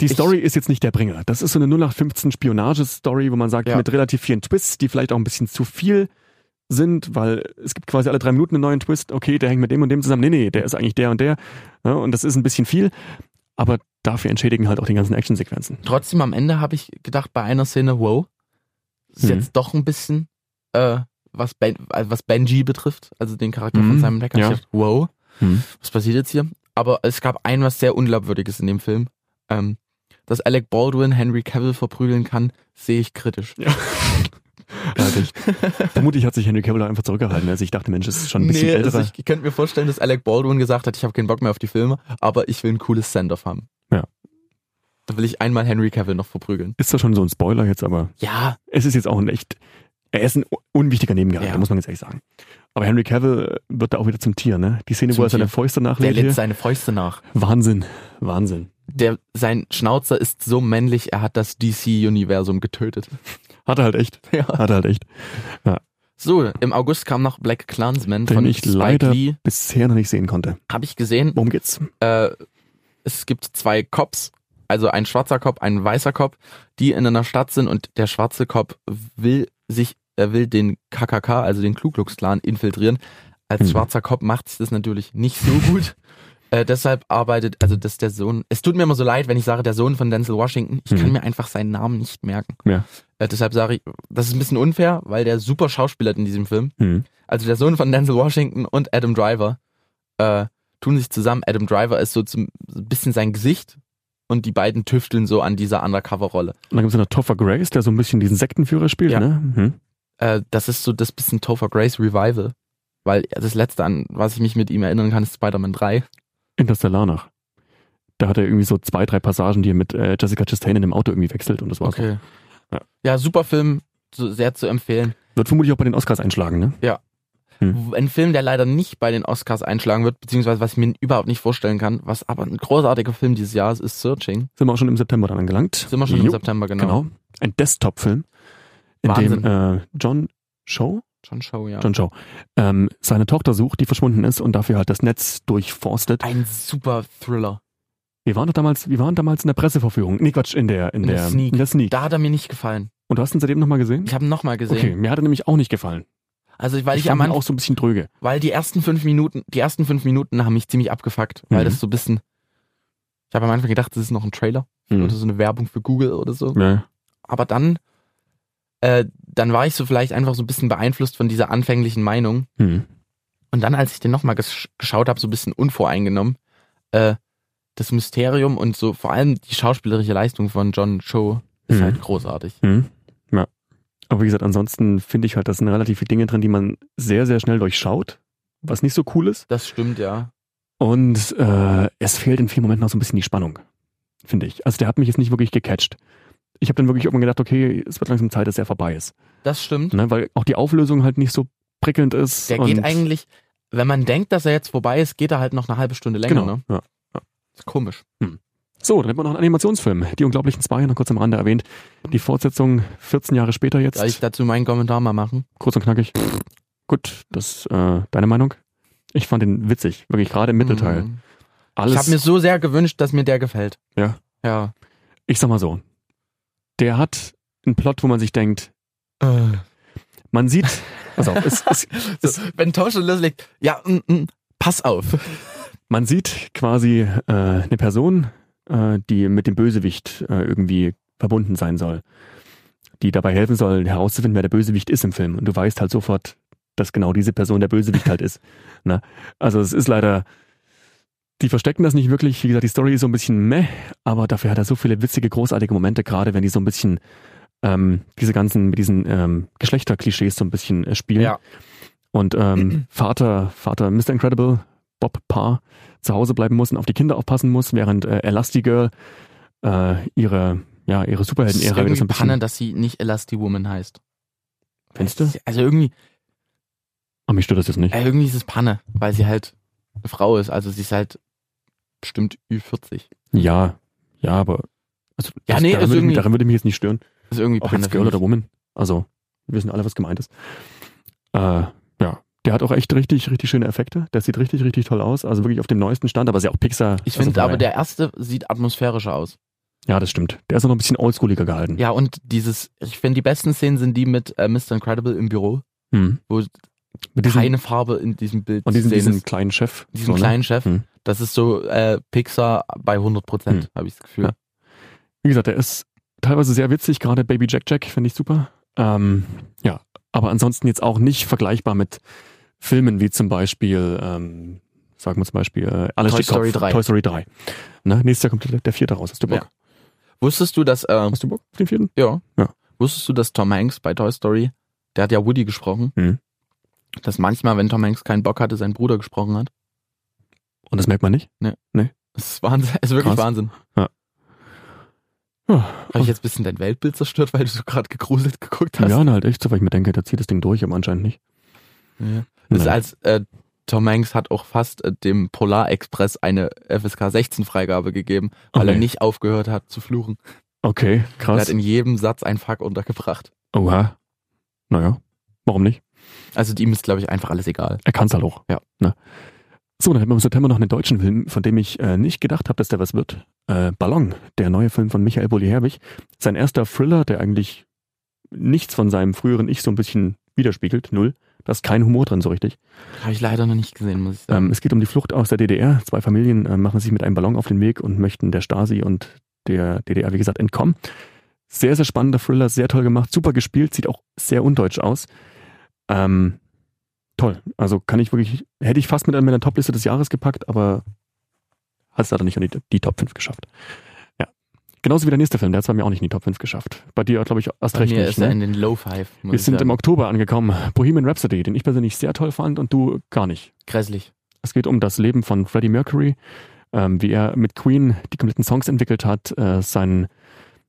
Speaker 1: Die
Speaker 2: ich-
Speaker 1: Story ist jetzt nicht der Bringer. Das ist so eine 0815 Spionage-Story, wo man sagt,
Speaker 2: Ja.
Speaker 1: mit relativ vielen Twists, die vielleicht auch ein bisschen zu viel sind, weil es gibt quasi alle drei Minuten einen neuen Twist. Okay, der hängt mit dem und dem zusammen. Nee, nee, der ist eigentlich der und der. Ja, und das ist ein bisschen viel. Aber dafür entschädigen halt auch die ganzen Actionsequenzen.
Speaker 2: trotzdem am Ende habe ich gedacht, bei einer Szene, wow, ist
Speaker 1: Mhm.
Speaker 2: jetzt doch ein bisschen, äh, was, ben, also was Benji betrifft, also den Charakter
Speaker 1: Mhm,
Speaker 2: von Simon Black, hab
Speaker 1: ja. Mhm.
Speaker 2: ich gedacht, wow, was passiert jetzt hier? Aber es gab ein was sehr Unglaubwürdiges in dem Film. Ähm, dass Alec Baldwin Henry Cavill verprügeln kann, sehe ich kritisch.
Speaker 1: Ja. Also ich, vermutlich hat sich Henry Cavill da einfach zurückgehalten. Also ich dachte, Mensch, das ist schon ein bisschen älterer.
Speaker 2: also ich könnte mir vorstellen, dass Alec Baldwin gesagt hat, ich habe keinen Bock mehr auf die Filme, aber ich will ein cooles Send-Off haben.
Speaker 1: Ja.
Speaker 2: Da will ich einmal Henry Cavill noch verprügeln.
Speaker 1: ist das schon so ein Spoiler jetzt, aber
Speaker 2: Ja,
Speaker 1: es ist jetzt auch ein echt, er ist ein unwichtiger Nebengehalt,
Speaker 2: Ja.
Speaker 1: da muss man jetzt ehrlich sagen. Aber Henry Cavill wird da auch wieder zum Tier, ne? Die Szene,
Speaker 2: Zum
Speaker 1: wo er seine
Speaker 2: Tier.
Speaker 1: Fäuste
Speaker 2: der
Speaker 1: nachlädt.
Speaker 2: lädt
Speaker 1: hier.
Speaker 2: seine Fäuste nach.
Speaker 1: Wahnsinn, Wahnsinn.
Speaker 2: Der, sein Schnauzer ist so männlich, er hat das DC-Universum getötet.
Speaker 1: Hat er halt echt.
Speaker 2: Ja.
Speaker 1: Hat er halt echt.
Speaker 2: So, im August kam noch Black Clansman
Speaker 1: Den
Speaker 2: von
Speaker 1: ich
Speaker 2: Spike
Speaker 1: leider-
Speaker 2: Lee.
Speaker 1: Bisher noch nicht sehen konnte.
Speaker 2: Habe ich gesehen,
Speaker 1: Worum geht's?
Speaker 2: äh, es gibt zwei Cops, also ein schwarzer Cop, ein weißer Cop, die in einer Stadt sind und der schwarze Cop will sich, er will den KKK, also den Ku Klux Klan infiltrieren. Als
Speaker 1: Mhm.
Speaker 2: schwarzer Cop macht sich das natürlich nicht so gut. Äh, deshalb arbeitet, also dass der Sohn, es tut mir immer so leid, wenn ich sage, der Sohn von Denzel Washington, ich
Speaker 1: Mhm.
Speaker 2: kann mir einfach seinen Namen nicht merken.
Speaker 1: Ja.
Speaker 2: Äh, deshalb sage ich, das ist ein bisschen unfair, weil der super Schauspieler hat in diesem Film also der Sohn von Denzel Washington und Adam Driver, äh, tun sich zusammen. Adam Driver ist so zum, so ein bisschen sein Gesicht und die beiden tüfteln so an dieser Undercover-Rolle.
Speaker 1: Und dann gibt's noch Topher Grace, der so ein bisschen diesen Sektenführer spielt,
Speaker 2: Ja.
Speaker 1: ne? Mhm.
Speaker 2: Äh, das ist so das bisschen Topher Grace Revival, weil das letzte, an was ich mich mit ihm erinnern kann, ist Spider-Man 3.
Speaker 1: Interstellar nach. Da hat er irgendwie so zwei, drei Passagen, die er mit äh, Jessica Chastain in dem Auto irgendwie wechselt und das war's. Ja.
Speaker 2: Also, Ja, super Film, so sehr zu empfehlen.
Speaker 1: Wird vermutlich auch bei den Oscars einschlagen, ne?
Speaker 2: Ein Film, der leider nicht bei den Oscars einschlagen wird, beziehungsweise was ich mir überhaupt nicht vorstellen kann, was aber ein großartiger Film dieses Jahres ist, Searching.
Speaker 1: Sind wir auch schon im September dann angelangt.
Speaker 2: Sind wir schon im
Speaker 1: Jo,
Speaker 2: September, genau.
Speaker 1: Genau. Ein Desktop-Film, in dem
Speaker 2: Wahnsinn.
Speaker 1: äh, John Show,
Speaker 2: John Show, ja.
Speaker 1: John Show, ähm, seine Tochter sucht, die verschwunden ist und dafür halt das Netz durchforstet.
Speaker 2: Ein super Thriller.
Speaker 1: Wir waren doch damals, wir waren damals in der Presseverführung. Nee, Quatsch, in der, in,
Speaker 2: In
Speaker 1: der,
Speaker 2: der Sneak.
Speaker 1: In der Sneak.
Speaker 2: Da hat er mir nicht gefallen.
Speaker 1: Und du hast ihn seitdem nochmal gesehen?
Speaker 2: Ich habe ihn nochmal gesehen.
Speaker 1: Okay, mir hat er nämlich auch nicht gefallen.
Speaker 2: Also weil ich, am
Speaker 1: fand ihn
Speaker 2: Anfang,
Speaker 1: auch so ein bisschen dröge.
Speaker 2: weil die ersten fünf Minuten, die ersten fünf Minuten haben mich ziemlich abgefuckt, weil
Speaker 1: Mhm.
Speaker 2: das so ein bisschen. Ich habe am Anfang gedacht, das ist noch ein Trailer
Speaker 1: Mhm.
Speaker 2: oder so eine Werbung für Google oder so.
Speaker 1: Ja.
Speaker 2: Aber dann, äh, dann war ich so vielleicht einfach so ein bisschen beeinflusst von dieser anfänglichen Meinung.
Speaker 1: Mhm.
Speaker 2: Und dann, als ich den nochmal gesch geschaut habe, so ein bisschen unvoreingenommen, äh, das Mysterium und so vor allem die schauspielerische Leistung von John Cho ist
Speaker 1: Mhm.
Speaker 2: halt großartig.
Speaker 1: Mhm. ja. Aber wie gesagt, ansonsten finde ich halt, da sind relativ viele Dinge drin, die man sehr, sehr schnell durchschaut, was nicht so cool ist.
Speaker 2: Das stimmt ja.
Speaker 1: Und äh, es fehlt in vielen Momenten noch so ein bisschen die Spannung, finde ich. Also der hat mich jetzt nicht wirklich gecatcht. Ich habe dann wirklich irgendwann gedacht, okay, es wird langsam Zeit, dass er vorbei ist.
Speaker 2: Das stimmt.
Speaker 1: Ne? Weil auch die Auflösung halt nicht so prickelnd ist.
Speaker 2: Der
Speaker 1: und
Speaker 2: geht eigentlich, wenn man denkt, dass er jetzt vorbei ist, geht er halt noch eine halbe Stunde länger.
Speaker 1: genau,
Speaker 2: Ne?
Speaker 1: ja.
Speaker 2: Ist komisch.
Speaker 1: So, dann hätten wir noch einen Animationsfilm. Die Unglaublichen zwei, noch kurz am Rande erwähnt. Die Fortsetzung 14 Jahre später jetzt.
Speaker 2: Soll ich dazu meinen Kommentar mal machen?
Speaker 1: Kurz und knackig. Gut, das äh, deine Meinung? Ich fand den witzig, wirklich gerade im Mittelteil.
Speaker 2: Hm. Ich
Speaker 1: Alles.
Speaker 2: habe mir so sehr gewünscht, dass mir der gefällt.
Speaker 1: Ja.
Speaker 2: Ja.
Speaker 1: ich sag mal so, der hat einen Plot, wo man sich denkt,
Speaker 2: Äh.
Speaker 1: man sieht, also es, es,
Speaker 2: So, wenn Tosh und Leslie, ja, mm, mm, pass auf.
Speaker 1: man sieht quasi äh, eine Person, äh, die mit dem Bösewicht äh, irgendwie verbunden sein soll, die dabei helfen soll, herauszufinden, wer der Bösewicht ist im Film. Und du weißt halt sofort, dass genau diese Person der Bösewicht halt ist. Na? Also es ist leider, die verstecken das nicht wirklich. Wie gesagt, die Story ist so ein bisschen meh, aber dafür hat er so viele witzige, großartige Momente, gerade wenn die so ein bisschen ähm, diese ganzen, mit diesen ähm, Geschlechterklischees so ein bisschen äh, spielen. Und ähm, Vater, Vater Mr. Incredible, Bob Parr, zu Hause bleiben muss und auf die Kinder aufpassen muss, während äh, Elastigirl äh, ihre, ja, ihre
Speaker 2: Es ist
Speaker 1: Superhelden-Ära wieder so
Speaker 2: irgendwie
Speaker 1: ein bisschen.
Speaker 2: Panne, dass sie nicht Elasti Woman heißt.
Speaker 1: Findest du?
Speaker 2: Also irgendwie,
Speaker 1: Ah, mich stört das jetzt nicht.
Speaker 2: äh, irgendwie ist es Panne, weil sie halt eine Frau ist. Also sie ist halt bestimmt Ü40.
Speaker 1: Ja, ja, aber. Also,
Speaker 2: Ja, nee,
Speaker 1: daran,
Speaker 2: also
Speaker 1: würde ich, mich-
Speaker 2: irgendwie-
Speaker 1: daran würde mich jetzt nicht stören.
Speaker 2: Ist irgendwie
Speaker 1: Ob
Speaker 2: Panne.
Speaker 1: jetzt Girl
Speaker 2: finde
Speaker 1: oder Woman. Also, wir wissen alle, was gemeint ist. Äh, ja. Der hat auch echt richtig, richtig schöne Effekte. Der sieht richtig, richtig toll aus. Also wirklich auf dem neuesten Stand, aber ist ja auch Pixar.
Speaker 2: ich Ich
Speaker 1: also
Speaker 2: finde
Speaker 1: von
Speaker 2: aber,
Speaker 1: daher-
Speaker 2: der erste sieht atmosphärischer aus.
Speaker 1: Ja, das stimmt. Der ist auch noch ein bisschen oldschooliger gehalten.
Speaker 2: Ja, und dieses, ich finde, die besten Szenen sind die mit äh, Mr. Incredible im Büro,
Speaker 1: Hm.
Speaker 2: wo
Speaker 1: Mit diesen,
Speaker 2: keine Farbe in diesem Bild
Speaker 1: und diesen,
Speaker 2: zu sehen
Speaker 1: diesen
Speaker 2: ist.
Speaker 1: kleinen Chef.
Speaker 2: Diesen
Speaker 1: so, ne?
Speaker 2: kleinen Chef.
Speaker 1: Hm.
Speaker 2: Das ist so äh, Pixar bei 100 Prozent,
Speaker 1: Hm.
Speaker 2: habe ich das Gefühl.
Speaker 1: Ja. Wie gesagt, der ist teilweise sehr witzig, gerade Baby Jack Jack finde ich super. Ähm, ja, aber ansonsten jetzt auch nicht vergleichbar mit Filmen wie zum Beispiel, ähm, sagen wir zum Beispiel, äh, alles
Speaker 2: Toy
Speaker 1: steht Kopf.
Speaker 2: Story 3.
Speaker 1: Toy Story 3. Ne? Nächstes Jahr kommt der, der vierte raus. Hast du Bock?
Speaker 2: Ja. Wusstest du, dass äh,
Speaker 1: Hast du Bock auf den vierten?
Speaker 2: Ja.
Speaker 1: Ja.
Speaker 2: Wusstest du, dass Tom Hanks bei Toy Story, der hat ja Woody gesprochen,
Speaker 1: Mhm.
Speaker 2: dass manchmal, wenn Tom Hanks keinen Bock hatte, sein Bruder gesprochen hat?
Speaker 1: Und das merkt man nicht?
Speaker 2: Das ist Wahnsinn, das ist wirklich
Speaker 1: Krass.
Speaker 2: Wahnsinn.
Speaker 1: Ja,
Speaker 2: Habe ich jetzt ein bisschen dein Weltbild zerstört, weil du so gerade gegruselt geguckt hast?
Speaker 1: ja na, halt echt so, weil ich mir denke, der zieht das Ding durch, aber anscheinend nicht.
Speaker 2: Ja. Das ist
Speaker 1: Nein.
Speaker 2: als äh, Tom Hanks hat auch fast äh, dem Polar Express eine FSK 16 Freigabe gegeben, weil
Speaker 1: Okay.
Speaker 2: er nicht aufgehört hat zu fluchen.
Speaker 1: Okay,
Speaker 2: Er hat
Speaker 1: krass.
Speaker 2: in jedem Satz einen Fuck untergebracht.
Speaker 1: Oha. Naja, warum nicht?
Speaker 2: Also ihm ist, glaube ich, einfach alles egal.
Speaker 1: Er kann's halt auch.
Speaker 2: Ja.
Speaker 1: Ne? So, dann hätten wir im September noch einen deutschen Film, von dem ich äh, nicht gedacht habe, dass der was wird. Äh, Ballon, der neue Film von Michael Bulli-Herbig. Sein erster Thriller, der eigentlich nichts von seinem früheren Ich so ein bisschen widerspiegelt. Null. Da ist kein Humor drin so richtig.
Speaker 2: Habe ich leider noch nicht gesehen, muss ich sagen.
Speaker 1: Ähm, es geht um die Flucht aus der DDR. Zwei Familien äh, machen sich mit einem Ballon auf den Weg und möchten der Stasi und der DDR, wie gesagt, entkommen. Sehr, sehr spannender Thriller, sehr toll gemacht, super gespielt, sieht auch sehr undeutsch aus. Ähm, toll. Also kann ich wirklich, hätte ich fast mit einer meiner Top-Liste des Jahres gepackt, aber hat es leider nicht in die, die Top 5 geschafft. Ja. Genauso wie der nächste Film, der hat es bei mir auch nicht in die Top 5 geschafft. Bei dir, glaube ich, erst
Speaker 2: Bei
Speaker 1: recht
Speaker 2: mir
Speaker 1: nicht.
Speaker 2: ist
Speaker 1: ne?
Speaker 2: er in den Low Five. muss
Speaker 1: Wir
Speaker 2: ich
Speaker 1: sind
Speaker 2: sagen.
Speaker 1: im Oktober angekommen. Bohemian Rhapsody, den ich persönlich sehr toll fand und du gar nicht.
Speaker 2: grässlich.
Speaker 1: Es geht um das Leben von Freddie Mercury, ähm, wie er mit Queen die kompletten Songs entwickelt hat, äh, sein,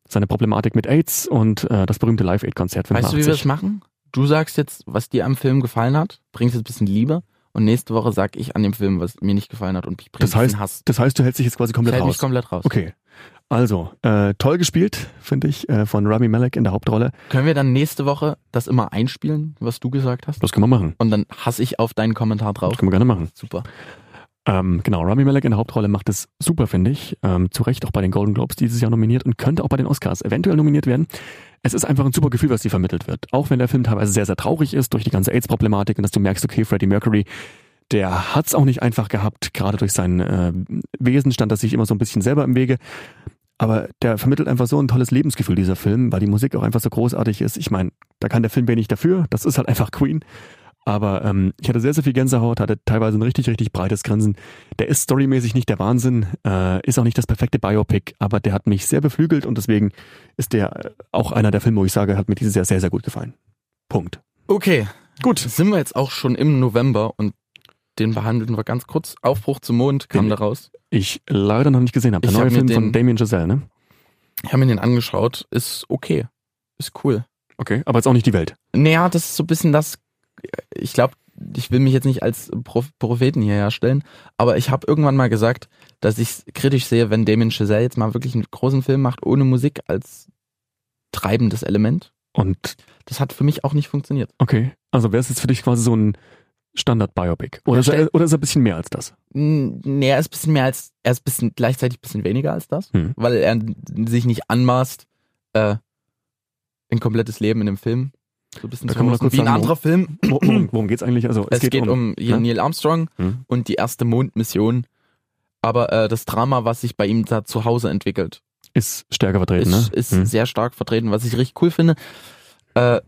Speaker 1: seine Problematik mit AIDS und äh, das berühmte Live Aid Konzert
Speaker 2: Weißt du, wie wir das
Speaker 1: 85.
Speaker 2: machen? Du sagst jetzt, was dir am Film gefallen hat, bringst jetzt ein bisschen Liebe und nächste Woche sag ich an dem Film, was mir nicht gefallen hat und ich bringe
Speaker 1: Das heißt,
Speaker 2: ein bisschen Hass.
Speaker 1: das heißt, du hältst dich jetzt quasi
Speaker 2: Ich
Speaker 1: komplett
Speaker 2: hält
Speaker 1: raus.
Speaker 2: mich komplett raus.
Speaker 1: okay. Also, äh, toll gespielt, finde ich, äh, von Rami Malek in der Hauptrolle.
Speaker 2: Können wir dann nächste Woche das immer einspielen, was du gesagt hast?
Speaker 1: Das können wir machen.
Speaker 2: Und dann hasse ich auf deinen Kommentar
Speaker 1: Das
Speaker 2: drauf.
Speaker 1: können wir gerne machen.
Speaker 2: Super.
Speaker 1: Ähm, genau, Rami Malek in der Hauptrolle macht es super, finde ich. Ähm, zu Recht auch bei den Golden Globes dieses Jahr nominiert und könnte auch bei den Oscars eventuell nominiert werden. Es ist einfach ein super Gefühl, was hier vermittelt wird. Auch wenn der Film teilweise sehr, sehr traurig ist durch die ganze AIDS-Problematik und dass du merkst, okay, Freddie Mercury, der hat's auch nicht einfach gehabt, gerade durch sein äh, Wesen stand das sich immer so ein bisschen selber im Wege. Aber der vermittelt einfach so ein tolles Lebensgefühl, dieser Film, weil die Musik auch einfach so großartig ist. Ich meine, da kann der Film wenig dafür, das ist halt einfach Queen. Aber ähm, ich hatte sehr, sehr viel Gänsehaut, hatte teilweise ein richtig, richtig breites Grinsen. Der ist storymäßig nicht der Wahnsinn, äh, ist auch nicht das perfekte Biopic, aber der hat mich sehr beflügelt und deswegen ist der äh, auch einer der Filme, wo ich sage, hat mir dieses Jahr sehr, sehr gut gefallen. Punkt.
Speaker 2: Okay,
Speaker 1: Gut.
Speaker 2: sind wir jetzt auch schon im November und den behandeln wir ganz kurz. Aufbruch zum Mond kam
Speaker 1: Den-
Speaker 2: da raus.
Speaker 1: Ich leider noch nicht gesehen habe. Der
Speaker 2: Ich
Speaker 1: neue
Speaker 2: hab mir
Speaker 1: Film
Speaker 2: den-
Speaker 1: von Damien Giselle, ne?
Speaker 2: Ich habe mir den angeschaut. Ist okay. Ist cool.
Speaker 1: Okay. Aber jetzt auch nicht die Welt.
Speaker 2: Naja, das ist so ein bisschen das. Ich glaube, ich will mich jetzt nicht als Pro- Propheten hier herstellen, aber ich habe irgendwann mal gesagt, dass ich kritisch sehe, wenn Damien Chazelle jetzt mal wirklich einen großen Film macht ohne Musik als treibendes Element.
Speaker 1: Und
Speaker 2: Das hat für mich auch nicht funktioniert.
Speaker 1: okay, also wäre es jetzt für dich quasi so ein Standard-Biopic. Oder, ist
Speaker 2: stell-
Speaker 1: er- oder ist er ein bisschen mehr als das?
Speaker 2: N- Nee, er ist ein bisschen mehr als, er ist ein bisschen, gleichzeitig ein bisschen weniger als das,
Speaker 1: Hm.
Speaker 2: weil er n- sich nicht anmaßt, äh, ein komplettes Leben in dem Film so ein bisschen
Speaker 1: Da
Speaker 2: zu
Speaker 1: kann man noch
Speaker 2: hosten,
Speaker 1: kurz
Speaker 2: wie ein
Speaker 1: sagen,
Speaker 2: anderer Film.
Speaker 1: Wo- Worum, worum geht's eigentlich? Also,
Speaker 2: Es, geht, um, hier
Speaker 1: ne?
Speaker 2: Neil Armstrong
Speaker 1: Hm.
Speaker 2: und die erste Mondmission. Aber äh, das Drama, was sich bei ihm da zu Hause entwickelt,
Speaker 1: Ist stärker vertreten,
Speaker 2: ist,
Speaker 1: ne?
Speaker 2: ist
Speaker 1: Hm.
Speaker 2: sehr stark vertreten, was ich richtig cool finde. Äh,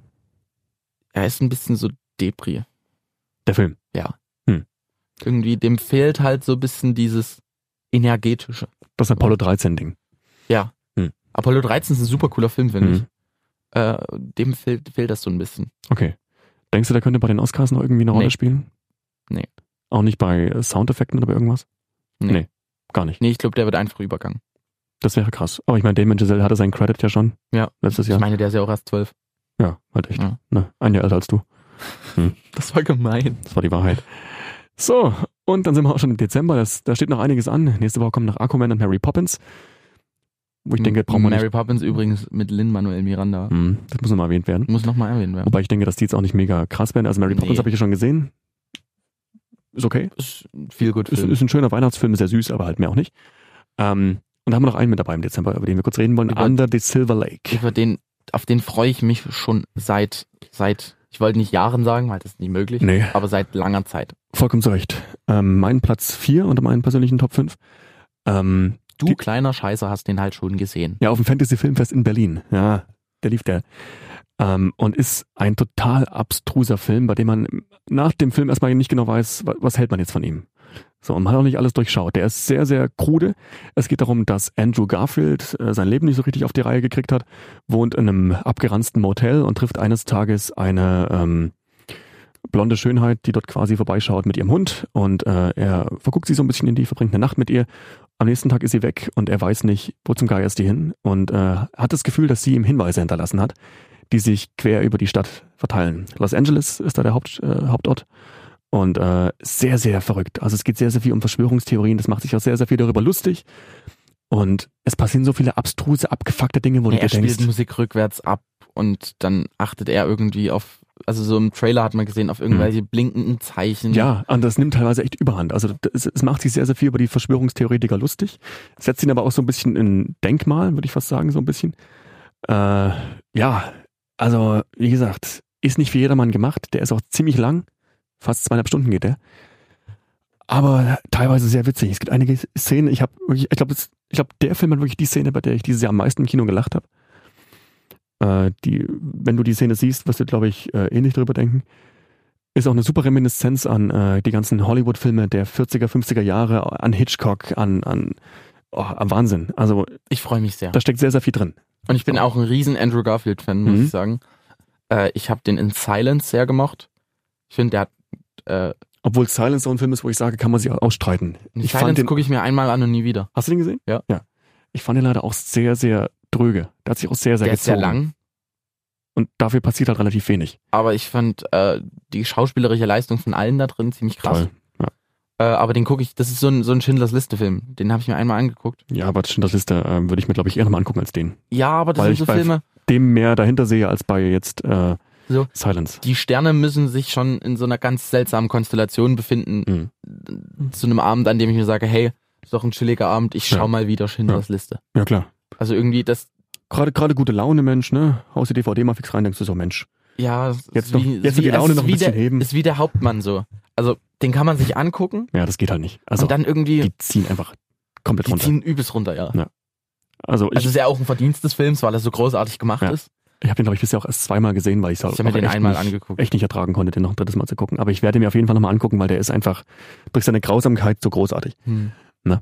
Speaker 2: er ist ein bisschen so Depri.
Speaker 1: Der Film.
Speaker 2: Irgendwie, dem fehlt halt so ein bisschen dieses energetische.
Speaker 1: Das Apollo 13-Ding.
Speaker 2: Ja.
Speaker 1: Hm.
Speaker 2: Apollo 13 ist ein super cooler Film, finde
Speaker 1: Mhm.
Speaker 2: ich. Äh, dem fehlt, fehlt das so ein bisschen.
Speaker 1: Okay. Denkst du, der könnte bei den Oscars noch irgendwie eine Rolle
Speaker 2: Nee.
Speaker 1: spielen?
Speaker 2: Nee.
Speaker 1: Auch nicht bei äh, Soundeffekten oder bei irgendwas?
Speaker 2: Nee.
Speaker 1: Gar nicht.
Speaker 2: Nee, ich glaube, der wird einfach übergangen.
Speaker 1: Das wäre krass. Aber ich meine, Damon Giselle hatte seinen Credit ja schon.
Speaker 2: Ja.
Speaker 1: Letztes
Speaker 2: Ich
Speaker 1: Jahr.
Speaker 2: meine, der ist ja auch erst zwölf.
Speaker 1: ja, halt echt.
Speaker 2: Ja.
Speaker 1: Ne, ein Jahr älter als du.
Speaker 2: Das war gemein.
Speaker 1: Das war die Wahrheit. So, und dann sind wir auch schon im Dezember. Das, da steht noch einiges an. Nächste Woche kommen noch Aquaman und Mary Poppins. Wo ich denke, brauchen wir
Speaker 2: Mary
Speaker 1: nicht.
Speaker 2: Poppins übrigens mit Lin-Manuel Miranda.
Speaker 1: Hm, das muss nochmal erwähnt werden.
Speaker 2: Muss nochmal erwähnt werden.
Speaker 1: Wobei ich denke, dass die jetzt auch nicht mega krass werden. Also Mary Poppins
Speaker 2: Nee.
Speaker 1: habe ich ja schon gesehen. Ist okay.
Speaker 2: Ist viel gut
Speaker 1: Ist,
Speaker 2: Film.
Speaker 1: ist ein schöner Weihnachtsfilm, sehr süß, aber halt mehr auch nicht. Ähm, und da haben wir noch einen mit dabei im Dezember, über den wir kurz reden wollen.
Speaker 2: Über-
Speaker 1: Under the Silver Lake.
Speaker 2: Über den, auf den freue ich mich schon seit, seit, ich wollte nicht Jahren sagen, weil das ist nicht möglich,
Speaker 1: Nee,
Speaker 2: aber seit langer Zeit.
Speaker 1: vollkommen zu Recht. Ähm, mein Platz 4 unter meinen persönlichen Top 5. Ähm,
Speaker 2: Du
Speaker 1: Die-
Speaker 2: kleiner Scheiße hast den halt schon gesehen.
Speaker 1: Ja, auf dem Fantasy Filmfest in Berlin. Ja, der lief der. Ähm, und ist ein total abstruser Film, bei dem man nach dem Film erstmal nicht genau weiß, wa- was hält man jetzt von ihm. So, und man hat auch nicht alles durchschaut. Der ist sehr, sehr krude. Es geht darum, dass Andrew Garfield äh, sein Leben nicht so richtig auf die Reihe gekriegt hat, wohnt in einem abgeranzten Motel und trifft eines Tages eine ähm, blonde Schönheit, die dort quasi vorbeischaut mit ihrem Hund. Und äh, er verguckt sie so ein bisschen in die, verbringt eine Nacht mit ihr am nächsten Tag ist sie weg und er weiß nicht, wo zum Geier ist die hin und äh, hat das Gefühl, dass sie ihm Hinweise hinterlassen hat, die sich quer über die Stadt verteilen. Los Angeles ist da der Haupt, äh, Hauptort und äh, sehr, sehr verrückt. Also es geht sehr, sehr viel um Verschwörungstheorien, das macht sich auch sehr, sehr viel darüber lustig und es passieren so viele abstruse, abgefuckte Dinge, wo
Speaker 2: Nee,
Speaker 1: du
Speaker 2: er
Speaker 1: dir
Speaker 2: spielt
Speaker 1: denkst,
Speaker 2: Musik rückwärts ab und dann achtet er irgendwie auf, also so im Trailer hat man gesehen, auf irgendwelche blinkenden Zeichen.
Speaker 1: ja, und das nimmt teilweise echt überhand. Also es, es macht sich sehr, sehr viel über die Verschwörungstheoretiker lustig, setzt ihn aber auch so ein bisschen in Denkmal, würde ich fast sagen, so ein bisschen. Äh, ja, also wie gesagt, ist nicht für jedermann gemacht. Der ist auch ziemlich lang, fast zweieinhalb Stunden geht der. Aber teilweise sehr witzig. Es gibt einige Szenen, ich habe wirklich, ich glaube, ich glaube, der Film hat wirklich die Szene, bei der ich dieses Jahr am meisten im Kino gelacht habe. Äh, die, wenn du die Szene siehst, wirst du, glaube ich, äh, ähnlich drüber denken. Ist auch eine super Reminiszenz an äh, die ganzen Hollywood-Filme der 40er, 50er Jahre, äh, an Hitchcock, an, an, oh, am Wahnsinn. Also
Speaker 2: Ich freue mich sehr.
Speaker 1: da steckt sehr, sehr viel drin.
Speaker 2: Und ich bin auch ein riesen Andrew Garfield-Fan, muss
Speaker 1: Mhm.
Speaker 2: ich sagen. Äh, ich habe den in Silence sehr gemocht. Ich finde, der hat. Äh,
Speaker 1: Obwohl Silence so ein Film ist, wo ich sage, kann man sich auch ausstreiten. Ich fand
Speaker 2: Silence
Speaker 1: den,
Speaker 2: gucke ich mir einmal an und nie wieder.
Speaker 1: hast du den gesehen?
Speaker 2: Ja.
Speaker 1: ja. Ich fand den leider auch sehr, sehr dröge. Der hat sich auch sehr, sehr
Speaker 2: der ist sehr
Speaker 1: gezogen.
Speaker 2: lang,
Speaker 1: Und dafür passiert halt relativ wenig.
Speaker 2: aber ich fand äh, die schauspielerische Leistung von allen da drin ziemlich krass.
Speaker 1: Toll.
Speaker 2: Äh, aber den gucke ich, das ist so ein, so ein Schindlers Liste-Film. Den habe ich mir einmal angeguckt.
Speaker 1: Ja, aber das Liste äh, würde ich mir, glaube ich, eher nochmal angucken als den.
Speaker 2: Ja, aber das
Speaker 1: Weil ich
Speaker 2: sind so
Speaker 1: bei-
Speaker 2: Filme,
Speaker 1: Dem mehr dahinter sehe als bei jetzt äh,
Speaker 2: So.
Speaker 1: Silence.
Speaker 2: die Sterne müssen sich schon in so einer ganz seltsamen Konstellation befinden.
Speaker 1: Mhm.
Speaker 2: Zu einem Abend, an dem ich mir sage, hey, ist doch ein chilliger Abend, ich schau
Speaker 1: Ja.
Speaker 2: mal wieder Schindlers Liste.
Speaker 1: Ja, klar.
Speaker 2: Also irgendwie das,
Speaker 1: Gerade gerade gute Laune, Mensch, ne? Haust die DVD mal fix rein, denkst du so, Mensch.
Speaker 2: ja, es
Speaker 1: Jetzt
Speaker 2: ist
Speaker 1: noch-
Speaker 2: wie,
Speaker 1: jetzt
Speaker 2: es ist
Speaker 1: wird die
Speaker 2: wie- es
Speaker 1: Laune
Speaker 2: ist
Speaker 1: noch ein
Speaker 2: wie
Speaker 1: bisschen
Speaker 2: der,
Speaker 1: heben.
Speaker 2: Ist wie der Hauptmann so. Also den kann man sich angucken
Speaker 1: Ja, das geht halt nicht. Also,
Speaker 2: und dann irgendwie, die,
Speaker 1: die ziehen einfach komplett runter.
Speaker 2: ziehen übelst runter, ja.
Speaker 1: also, ich,
Speaker 2: Also ist ja auch ein Verdienst des Films, weil er so großartig gemacht
Speaker 1: Ja.
Speaker 2: ist.
Speaker 1: ich habe den, glaube ich, bisher auch erst zweimal gesehen, weil ich es
Speaker 2: Ich habe mir den einmal angeguckt.
Speaker 1: echt nicht ertragen konnte, den noch ein drittes Mal zu gucken. Aber ich werde mir auf jeden Fall nochmal angucken, weil der ist einfach durch seine Grausamkeit so großartig.
Speaker 2: Hm.
Speaker 1: Na. Ne.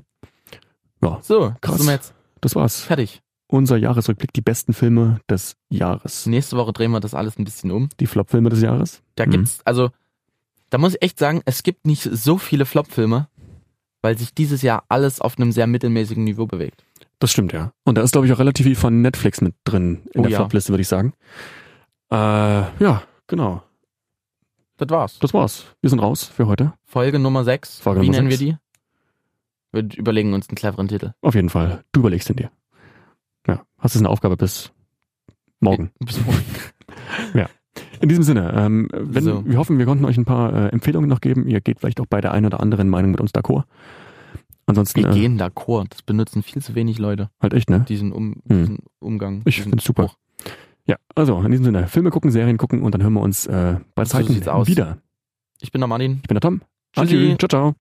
Speaker 1: Ja,
Speaker 2: So,
Speaker 1: krass.
Speaker 2: krass. sind wir jetzt
Speaker 1: Das war's.
Speaker 2: fertig.
Speaker 1: Unser Jahresrückblick, die besten Filme des Jahres.
Speaker 2: Nächste Woche drehen wir das alles ein bisschen um.
Speaker 1: Die Flop-Filme des Jahres.
Speaker 2: Da
Speaker 1: Mhm.
Speaker 2: gibt's, also, da muss ich echt sagen, es gibt nicht so viele Flop-Filme, weil sich dieses Jahr alles auf einem sehr mittelmäßigen Niveau bewegt.
Speaker 1: Das stimmt, ja. Und da ist, glaube ich, auch relativ viel von Netflix mit drin in
Speaker 2: Oh
Speaker 1: der
Speaker 2: ja.
Speaker 1: Flop-Liste, würde ich sagen. Äh, ja, genau.
Speaker 2: Das war's.
Speaker 1: Das war's. Wir sind raus für heute.
Speaker 2: Folge Nummer 6.
Speaker 1: Folge
Speaker 2: Wie
Speaker 1: Nummer
Speaker 2: nennen
Speaker 1: sechs.
Speaker 2: wir die? Wir überlegen uns einen cleveren Titel.
Speaker 1: Auf jeden Fall. Du überlegst ihn dir. Ja. Hast jetzt eine Aufgabe bis morgen.
Speaker 2: Bis morgen.
Speaker 1: Ja. In diesem Sinne, ähm, wenn,
Speaker 2: So.
Speaker 1: wir hoffen, wir konnten euch ein paar äh, Empfehlungen noch geben. Ihr geht vielleicht auch bei der einen oder anderen Meinung mit uns d'accord. Ansonsten
Speaker 2: Wir
Speaker 1: äh,
Speaker 2: gehen d'accord. Das benutzen viel zu wenig Leute,
Speaker 1: halt echt, ne?
Speaker 2: diesen, um,
Speaker 1: Hm.
Speaker 2: diesen Umgang.
Speaker 1: Ich
Speaker 2: diesen
Speaker 1: find's super.
Speaker 2: Spruch.
Speaker 1: Ja, also in diesem Sinne, Filme gucken, Serien gucken und dann hören wir uns äh, bei
Speaker 2: So
Speaker 1: Zeiten
Speaker 2: sieht's aus.
Speaker 1: wieder.
Speaker 2: Ich bin der Martin.
Speaker 1: Ich bin der Tom.
Speaker 2: Tschüssi.
Speaker 1: Adieu. Ciao, ciao.